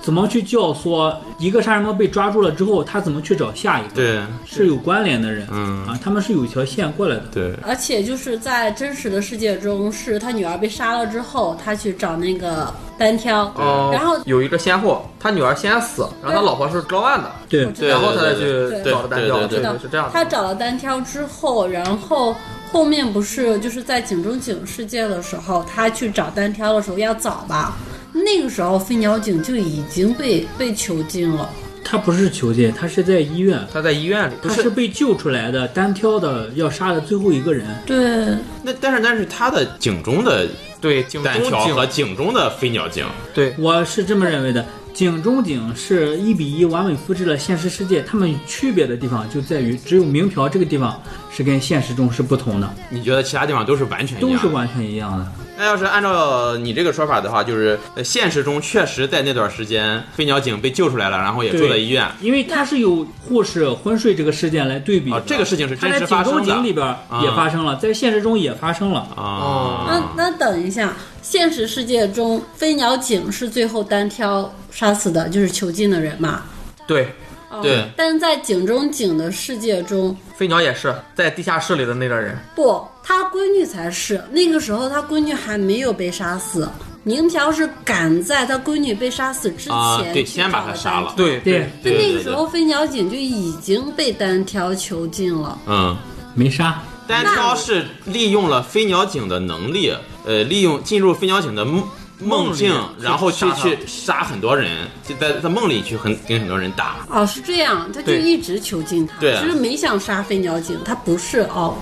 Speaker 3: 怎么去教唆一个杀人魔被抓住了之后，他怎么去找下一个？，
Speaker 2: 对
Speaker 3: 是有关联的人。
Speaker 2: 嗯
Speaker 3: 啊，他们是有一条线过来的。
Speaker 2: 对
Speaker 4: 而且就是在真实的世界中，是他女儿被杀了之后，他去找那个单挑，
Speaker 5: 哦
Speaker 4: 然后
Speaker 5: 有一个先后，他女儿先死，然后他老婆是招案的，
Speaker 3: 对，
Speaker 4: 知
Speaker 2: 对，
Speaker 5: 然后他再去
Speaker 2: 对对
Speaker 5: 找的单调
Speaker 2: 对对
Speaker 4: 知
Speaker 2: 对
Speaker 4: 道
Speaker 5: 对是这样的
Speaker 4: 他找了单挑之后，然后后面不是就是在井中井世界的时候，他去找单挑的时候要找吧。那个时候飞鸟警就已经被被囚禁了。
Speaker 3: 他不是囚禁，他是在医院，
Speaker 5: 他在医院里，
Speaker 3: 他是被救出来的，单挑的要杀的最后一个人。
Speaker 4: 对，
Speaker 2: 那但是但是他的警钟的
Speaker 5: 对警
Speaker 2: 单
Speaker 5: 中
Speaker 2: 挑
Speaker 5: 警
Speaker 2: 和警钟的飞鸟警，
Speaker 5: 对
Speaker 3: 我是这么认为的。警中警是一比一完美复制了现实世界，他们区别的地方就在于，只有明嫖这个地方是跟现实中是不同的，
Speaker 2: 你觉得其他地方都是完全一样
Speaker 3: 都
Speaker 2: 的？
Speaker 3: 是完全一样的。
Speaker 2: 那要是按照你这个说法的话，就是呃现实中确实在那段时间，飞鸟警被救出来了，然后也
Speaker 3: 对
Speaker 2: 住在医院。
Speaker 3: 因为它是有护士昏睡这个事件来对比的、
Speaker 2: 啊这个事情是真实发生的
Speaker 3: 它在警中警里边也发生了，在现实中也发生了。
Speaker 2: 啊
Speaker 4: 那那等一下，现实世界中飞鸟警是最后单挑杀死的，就是囚禁的人嘛。
Speaker 5: 对，
Speaker 4: 哦
Speaker 2: 对
Speaker 4: 但在警中警的世界中，
Speaker 5: 飞鸟也是在地下室里的那个人，
Speaker 4: 不，他闺女才是。那个时候他闺女还没有被杀死，明条是赶在他闺女被杀死之前、
Speaker 2: 啊对
Speaker 4: 去
Speaker 2: 先把
Speaker 4: 找
Speaker 2: 她
Speaker 4: 的
Speaker 2: 杀
Speaker 4: 单
Speaker 2: 了
Speaker 4: 挑
Speaker 5: 对
Speaker 3: 对，
Speaker 4: 那
Speaker 2: 对
Speaker 4: 那
Speaker 2: 对
Speaker 4: 个
Speaker 2: 对
Speaker 4: 时
Speaker 2: 对，
Speaker 4: 候飞鸟警就已经被单挑囚禁了。
Speaker 2: 嗯，
Speaker 3: 没杀，
Speaker 2: 单挑是利用了飞鸟警的能力，呃，利用进入飞鸟警的梦梦境
Speaker 5: 梦里，去
Speaker 2: 然后去
Speaker 5: 杀他
Speaker 2: 去杀很多人，就在在梦里去很跟很多人打。
Speaker 4: 哦，是这样，他就
Speaker 5: 对
Speaker 4: 一直囚禁他，
Speaker 2: 对啊
Speaker 4: 就是没想杀飞鸟警，他不是哦，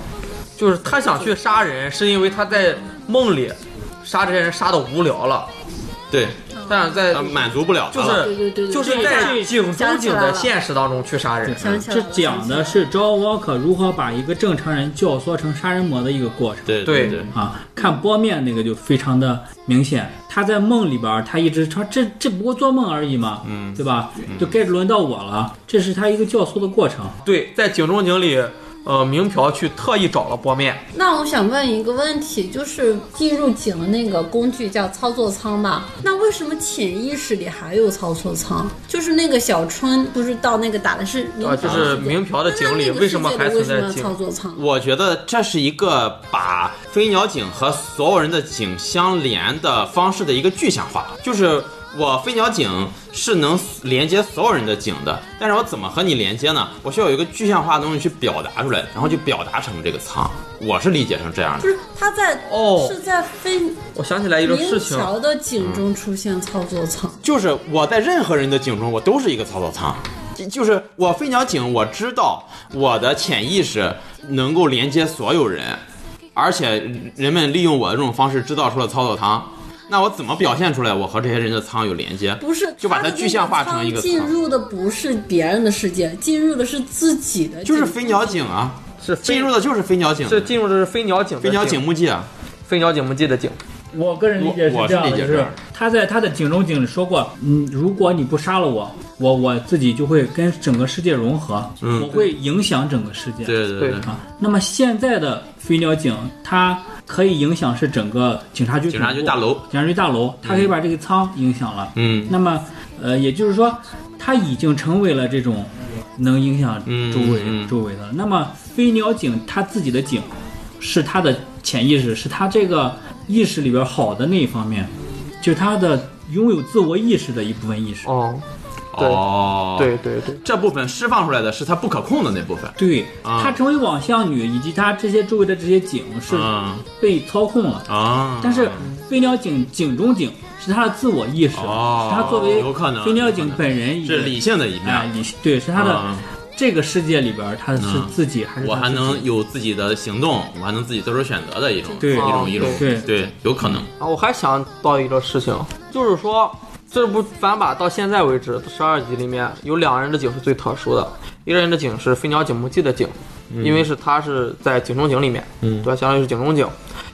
Speaker 5: 就是他想去杀人，是因为他在梦里杀这些人杀的无聊了，
Speaker 2: 对，
Speaker 5: 但是在
Speaker 2: 呃满足不了他
Speaker 5: 就
Speaker 2: 了。
Speaker 4: 嗯对
Speaker 5: 是
Speaker 4: 对对对
Speaker 5: 就是在警中警的现实当中去杀人，
Speaker 4: 想起来
Speaker 3: 这
Speaker 4: 了
Speaker 3: 讲的是 John Walker 如何把一个正常人教唆成杀人魔的一个过程。
Speaker 2: 对
Speaker 5: 对
Speaker 2: 对，
Speaker 3: 啊，看波面那个就非常的明显，他在梦里边儿，他一直说这这不过做梦而已嘛，嗯，对吧？就该轮到我了，这是他一个教唆的过程。
Speaker 5: 对，在警中警里，呃，明朴去特意找了波面，
Speaker 4: 那我想问一个问题，就是进入井的那个工具叫操作舱吧？那为什么潜意识里还有操作舱？就是那个小春不是到那个打的是民
Speaker 5: 啊，
Speaker 4: 调
Speaker 5: 就是
Speaker 4: 世界
Speaker 5: 明朴的
Speaker 4: 那
Speaker 5: 井里
Speaker 4: 那个
Speaker 5: 为什么
Speaker 4: 世界
Speaker 5: 还
Speaker 4: 里为
Speaker 5: 存
Speaker 4: 什
Speaker 5: 在
Speaker 4: 么操
Speaker 5: 井？
Speaker 4: 作舱？
Speaker 2: 我觉得这是一个把飞鸟井和所有人的井相连的方式的一个具象化，就是我飞鸟井是能连接所有人的井的，但是我怎么和你连接呢？我需要有一个具象化的东西去表达出来，然后就表达成这个仓，我是理解成这样
Speaker 4: 不
Speaker 2: 的。
Speaker 4: 是他在
Speaker 5: 哦
Speaker 4: 是在飞
Speaker 5: 我想起来一种事
Speaker 4: 明
Speaker 5: 情，
Speaker 4: 桥的井中出现操作舱。
Speaker 2: 就是我在任何人的井中，我都是一个操作仓，就就是我飞鸟井，我知道我的潜意识能够连接所有人，而且人们利用我的这种方式制造出了操作仓。那我怎么表现出来我和这些人的仓有连接？
Speaker 4: 不是，
Speaker 2: 就把它
Speaker 4: 他的
Speaker 2: 具象化成一个
Speaker 4: 那仓进入的不是别人的世界，进入的是自己的井，
Speaker 2: 就是飞鸟井啊，
Speaker 5: 是飞
Speaker 2: 进入的就是飞鸟井，啊
Speaker 5: 是进入的是飞鸟井的
Speaker 2: 飞鸟井
Speaker 5: 井
Speaker 2: 木记啊。
Speaker 5: 飞鸟井木记的井，
Speaker 3: 我个人理解是这样
Speaker 2: 我我是
Speaker 3: 的，
Speaker 2: 理解
Speaker 3: 就
Speaker 2: 这
Speaker 3: 是
Speaker 2: 样
Speaker 3: 他在他的警中警里说过，嗯，如果你不杀了我，我我自己就会跟整个世界融合，
Speaker 2: 嗯
Speaker 3: 我会影响整个世界。
Speaker 2: 对对
Speaker 5: 对
Speaker 3: 啊，那么现在的飞鸟警，它可以影响是整个警察局
Speaker 2: 警察局大楼
Speaker 3: 警察局大楼，它可以把这个仓影响了。
Speaker 2: 嗯
Speaker 3: 那么，呃，也就是说，它已经成为了这种能影响
Speaker 2: 嗯
Speaker 3: 周围、
Speaker 2: 嗯
Speaker 3: 周围的。那么，飞鸟警它自己的警，是它的潜意识，是它这个意识里边好的那一方面，就是它的拥有自我意识的一部分意识。
Speaker 5: 哦，对
Speaker 2: 哦，
Speaker 5: 对，对对，
Speaker 2: 这部分释放出来的是他不可控的那部分。
Speaker 3: 对，
Speaker 2: 啊
Speaker 3: 它成为网相女，以及它这些周围的这些警是
Speaker 2: 嗯
Speaker 3: 被操控了。
Speaker 2: 啊，
Speaker 3: 但是飞鸟警警中警是他的自我意识，
Speaker 2: 哦
Speaker 3: 是他作为
Speaker 2: 有可能
Speaker 3: 飞鸟警本人也
Speaker 2: 是理性的一面。
Speaker 3: 哎理对，是他的、
Speaker 2: 嗯
Speaker 3: 这个世界里边儿他是
Speaker 2: 嗯
Speaker 3: 自己、还是
Speaker 2: 我
Speaker 3: 他
Speaker 2: 还
Speaker 3: 自己
Speaker 2: 能有自己的行动，我还能自己做出选择的一种，
Speaker 3: 对
Speaker 2: 一种一种，
Speaker 3: 对
Speaker 2: 对，有可能。
Speaker 5: 啊，我还想到一个事情，就是说，这部番吧到现在为止，十二集里面有两人的井是最特殊的，一个人的井是飞鸟警木记的井，因为是他是在井中井里面，嗯，对吧？相当于是井中井。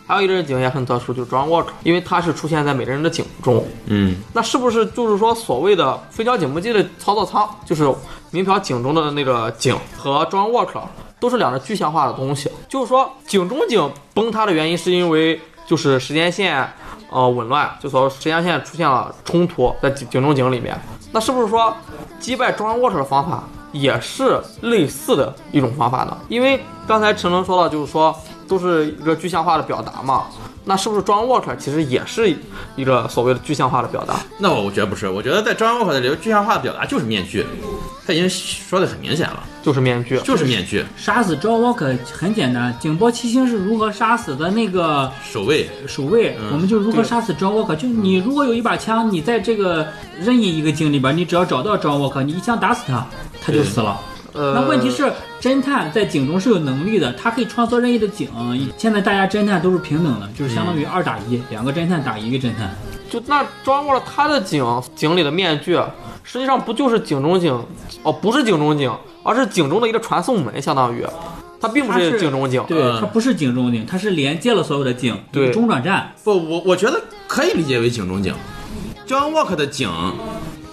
Speaker 5: 还有一个人的井也很特殊，就是 John Walker，因为他是出现在每个人的井中。
Speaker 2: 嗯，
Speaker 5: 那是不是就是说所谓的飞鸟警木记的操作舱，就是民嫖井中的那个井和 John Walker 都是两个具象化的东西？就是说井中井崩塌的原因是因为就是时间线呃紊乱，就说时间线出现了冲突在井井中井里面。那是不是说击败 John Walker 的方法也是类似的一种方法呢？因为刚才陈龙说到，就是说都是一个具象化的表达嘛。那是不是 John Walker 其实也是一个所谓的具象化的表达？
Speaker 2: 那我觉得不是，我觉得在 John Walker 的里头，具象化的表达就是面具，他已经说的很明显了，
Speaker 5: 就是面具，
Speaker 2: 就是面具，
Speaker 3: 杀死 John Walker 很简单，警报七星是如何杀死的那个
Speaker 2: 守卫。
Speaker 3: 守卫，我们就如何杀死 John Walker。就你如果有一把枪，你在这个任意一个井里边，你只要找到 John Walker，你一枪打死他，他就死了。
Speaker 5: 呃，
Speaker 3: 那问题是，侦探在警中是有能力的，他可以创作任意的警。现在大家侦探都是平等的，就是相当于二打一，两个侦探打一个侦探。
Speaker 5: 就那装过了他的井井里的面具，啊实际上不就是井中井哦，不是井中井，而是井中的一个传送门，相当于，它并不
Speaker 3: 它是
Speaker 5: 井中井。
Speaker 3: 对，
Speaker 2: 嗯
Speaker 3: 它不是警中警，它是连接了所有的警，
Speaker 5: 对
Speaker 3: 一个中转站。
Speaker 2: 不，我我觉得可以理解为井中井，John Walker 的井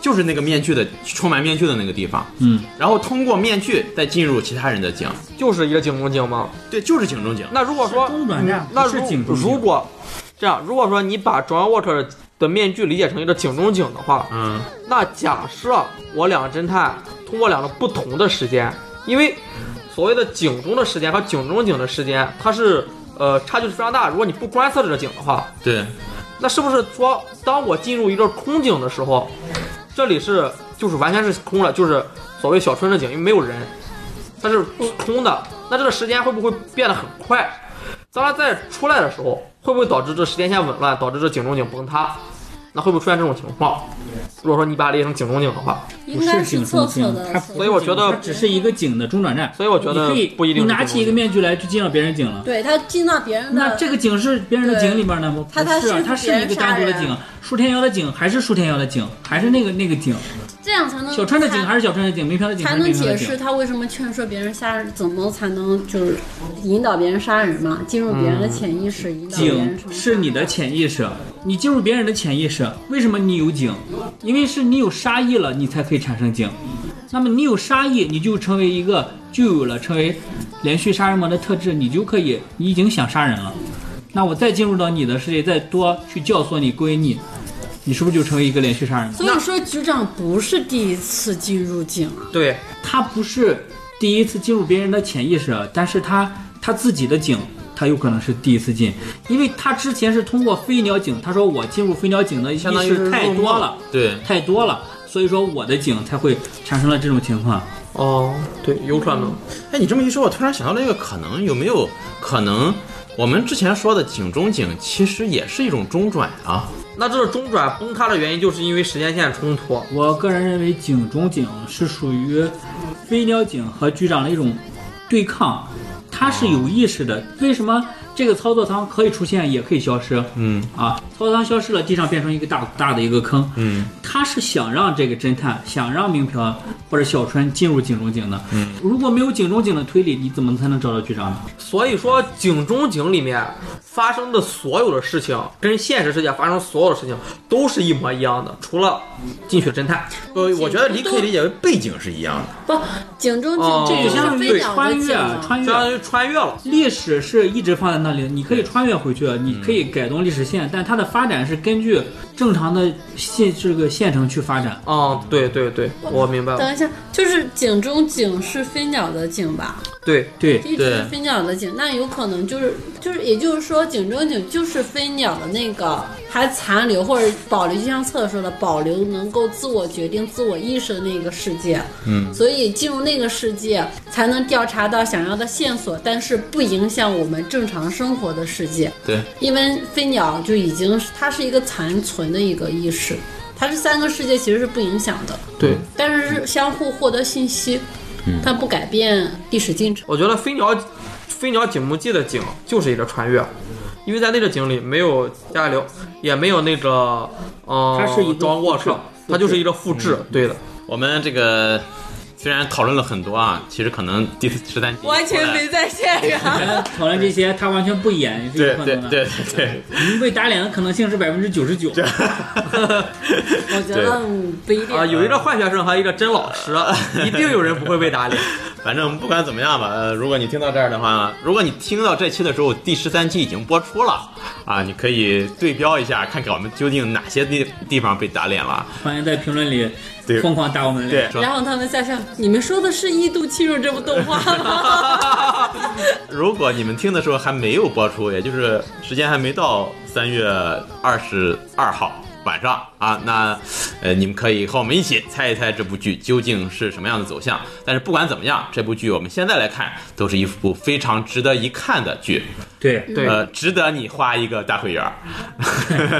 Speaker 2: 就是那个面具的充满面具的那个地方，
Speaker 3: 嗯，
Speaker 2: 然后通过面具再进入其他人的井，
Speaker 5: 就是一个井中井吗？
Speaker 2: 对，就是井中井。
Speaker 5: 那如果说嗯
Speaker 3: 中转站
Speaker 5: 那
Speaker 3: 不是井
Speaker 5: 如
Speaker 3: 中井
Speaker 5: 如果这样，如果说你把 John Walker 的面具理解成一个井中井的话，
Speaker 2: 嗯，
Speaker 5: 那假设我两个侦探通过两个不同的时间，因为所谓的井中的时间和井中井的时间，它是呃差距是非常大。如果你不观测这个井的话，
Speaker 2: 对，
Speaker 5: 那是不是说，当我进入一个空井的时候，这里是就是完全是空的，就是所谓小春的井，因为没有人，它是空的。那这个时间会不会变得很快？当它再出来的时候，会不会导致这时间线紊乱，导致这井中井崩塌？那会不会出现这种情况？如果说你把它理解成井中井的话，
Speaker 4: 应该
Speaker 3: 不是井
Speaker 4: 厕
Speaker 3: 中
Speaker 4: 所
Speaker 3: 井，
Speaker 4: 的
Speaker 3: 它不
Speaker 4: 厕所
Speaker 5: 所以我觉得
Speaker 3: 它只是一个警的中转站。
Speaker 5: 所以我觉得
Speaker 3: 你可以
Speaker 5: 不一定是
Speaker 3: 你拿
Speaker 5: 这种
Speaker 3: 起一个面具来就进到别人井了。
Speaker 4: 对他进到别人
Speaker 3: 那
Speaker 4: 的
Speaker 3: 这个井是别人的井里边呢吗？
Speaker 4: 他他
Speaker 3: 不是啊
Speaker 4: 是，
Speaker 3: 它
Speaker 4: 别
Speaker 3: 是
Speaker 4: 人
Speaker 3: 一个单独的
Speaker 4: 杀
Speaker 3: 井
Speaker 4: 人。
Speaker 3: 舒天瑶的井还是舒天瑶的井，还是那个那个井。
Speaker 4: 这样才能
Speaker 3: 小川的井还是小川的井，梅飘的井还
Speaker 4: 才
Speaker 3: 是梅
Speaker 4: 能
Speaker 3: 飘的
Speaker 4: 解
Speaker 3: 井
Speaker 4: 释。嗯他为什么劝说别人杀人，怎么才能就是引导别人杀人嘛，进入别人
Speaker 3: 嗯
Speaker 4: 的潜意识，引导别
Speaker 3: 井
Speaker 4: 人成
Speaker 3: 是你的潜意识，你进入别人的潜意识，为什么你有井？因为是你有杀意了，你才可以产生井。那么你有杀意，你就成为一个就有了成为连续杀人魔的特质，你就可以，你已经想杀人了。那我再进入到你的世界，再多去教唆你、归你，你是不是就成为一个连续杀人魔？
Speaker 4: 所以说，局长不是第一次进入井啊，
Speaker 5: 对，
Speaker 3: 他不是第一次进入别人的潜意识，但是他他自己的井，他有可能是第一次进，因为他之前是通过飞鸟井，他说我进入飞鸟井的意
Speaker 2: 相当于是
Speaker 3: 识太
Speaker 2: 入
Speaker 3: 多
Speaker 2: 梦
Speaker 3: 了，
Speaker 2: 对，
Speaker 3: 太多了，所以说我的井才会产生了这种情况。
Speaker 5: 哦，对，有可能。
Speaker 2: 哎，你这么一说，我突然想到了一个可能，有没有可能我们之前说的井中井其实也是一种中转啊？
Speaker 5: 那这个中转崩塌的原因，就是因为时间线冲突。
Speaker 3: 我个人认为井中井是属于飞鸟井和局长的一种对抗，它是有意识的。为什么这个操作舱可以出现，也可以消失？
Speaker 2: 嗯
Speaker 3: 啊，操作舱消失了，地上变成一个大大的一个坑。
Speaker 2: 嗯，
Speaker 3: 他是想让这个侦探，想让明嫖或者小川进入井中井的。嗯，如果没有井中井的推理，你怎么才能找到局长呢？
Speaker 5: 所以说，井中井里面发生的所有的事情，跟现实世界发生所有的事情都是一模一样的，除了进去侦探。
Speaker 2: 呃，我觉得理可以理解为背景是一样的。
Speaker 4: 不，井中
Speaker 5: 哦
Speaker 4: 井
Speaker 3: 这就
Speaker 4: 就
Speaker 3: 相
Speaker 4: 是
Speaker 3: 当
Speaker 4: 飞
Speaker 3: 于
Speaker 4: 鸟
Speaker 3: 穿
Speaker 4: 的井
Speaker 3: 越
Speaker 4: 啊，，
Speaker 3: 穿
Speaker 5: 相当
Speaker 3: 越。
Speaker 5: 于穿越了。
Speaker 3: 历史是一直放在那里，你可以穿越回去，你可以改动历史线，但它的发展是根据正常的线这个县城去发展。
Speaker 5: 嗯，对对对，我明白了。
Speaker 4: 等一下，就是井中井是飞鸟的井吧？
Speaker 5: 对，
Speaker 3: 对，
Speaker 4: 一直是飞鸟的井，那有可能就是就是，也就是说，井中井就是飞鸟的那个还残留或者保留，就像册说的，保留能够自我决定、自我意识的那个世界。
Speaker 2: 嗯，
Speaker 4: 所以进入那个世界，才能调查到想要的线索，但是不影响我们正常生活的世界。
Speaker 2: 对，
Speaker 4: 因为飞鸟就已经是它是一个残存的一个意识，它这三个世界其实是不影响的，
Speaker 5: 对，
Speaker 4: 但是是相互获得信息，但不改变历史进程。
Speaker 5: 我觉得飞鸟飞鸟井木记的井就是一个穿越，因为在那个井里没有加流，也没有那个嗯，
Speaker 3: 它是一个
Speaker 5: 装卧
Speaker 3: 复制嗯
Speaker 5: 车，它就是一个复制。对的，
Speaker 2: 我们这个虽然讨论了很多啊，其实可能第十三集后来
Speaker 4: 在现场。
Speaker 3: 讨论这些，他完全不演这
Speaker 2: 对
Speaker 3: 个可
Speaker 2: 对
Speaker 3: 能的。
Speaker 2: 对对对，
Speaker 3: 您被打脸的可能性是百分之九十九。
Speaker 4: 我觉得嗯不一定。
Speaker 5: 啊嗯 <laughs> 啊、有一个坏学生和一个真老师，一定有人不会被打脸。
Speaker 2: 反正不管怎么样吧，呃，如果你听到这儿的话，如果你听到这期的时候，第十三期已经播出了啊，你可以对标一下，看看我们究竟哪些地地方被打脸了。
Speaker 3: 欢迎在评论里
Speaker 2: 对
Speaker 3: 疯狂打我们的
Speaker 2: 对
Speaker 3: 脸。，
Speaker 4: 然后他们在想，你们说的是《异度侵入》这部动画吗？
Speaker 2: 如果你们听的时候还没有播出，也就是时间还没到三月二十二号晚上啊，那呃，你们可以和我们一起猜一猜这部剧究竟是什么样的走向。但是不管怎么样，这部剧我们现在来看都是一部非常值得一看的剧，
Speaker 3: 对，
Speaker 5: 对
Speaker 2: 呃，值得你花一个大会员儿，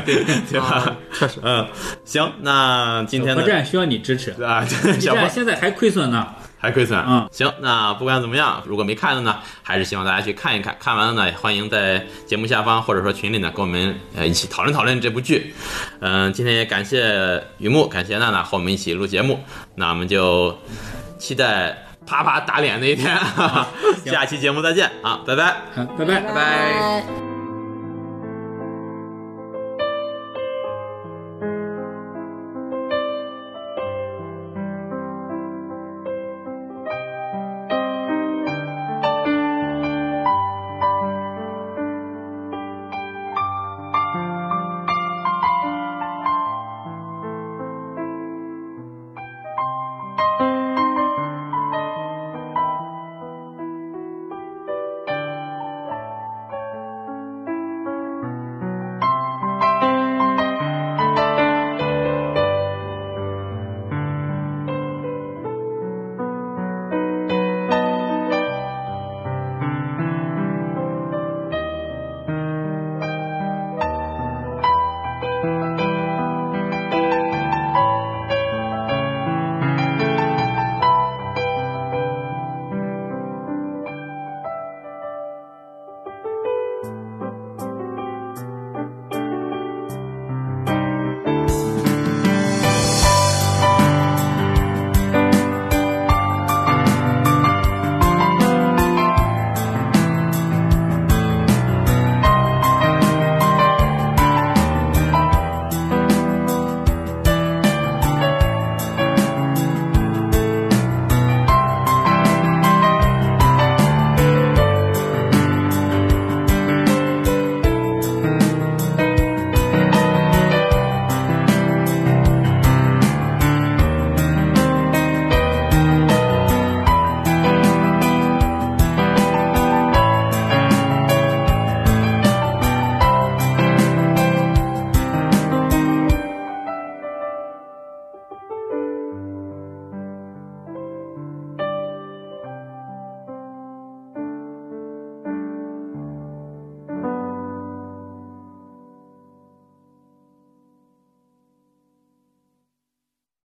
Speaker 2: 对吧 <laughs>
Speaker 5: 啊？确实
Speaker 2: 嗯，行，那今天
Speaker 3: 核
Speaker 2: 的
Speaker 3: 战需要你支持，
Speaker 2: <laughs> 啊，对
Speaker 3: 一
Speaker 2: 小波
Speaker 3: 战现在还亏损呢。
Speaker 2: 还亏损。
Speaker 3: 嗯
Speaker 2: 行，那不管怎么样，如果没看的呢，还是希望大家去看一看。看完了呢，也欢迎在节目下方或者说群里呢，跟我们呃一起讨论讨论这部剧。嗯、今天也感谢雨木，感谢娜娜和我们一起录节目，那我们就期待 <laughs> 啪啪打脸那一天，下期节目再见啊，拜拜。
Speaker 3: 好，拜拜。
Speaker 5: 拜。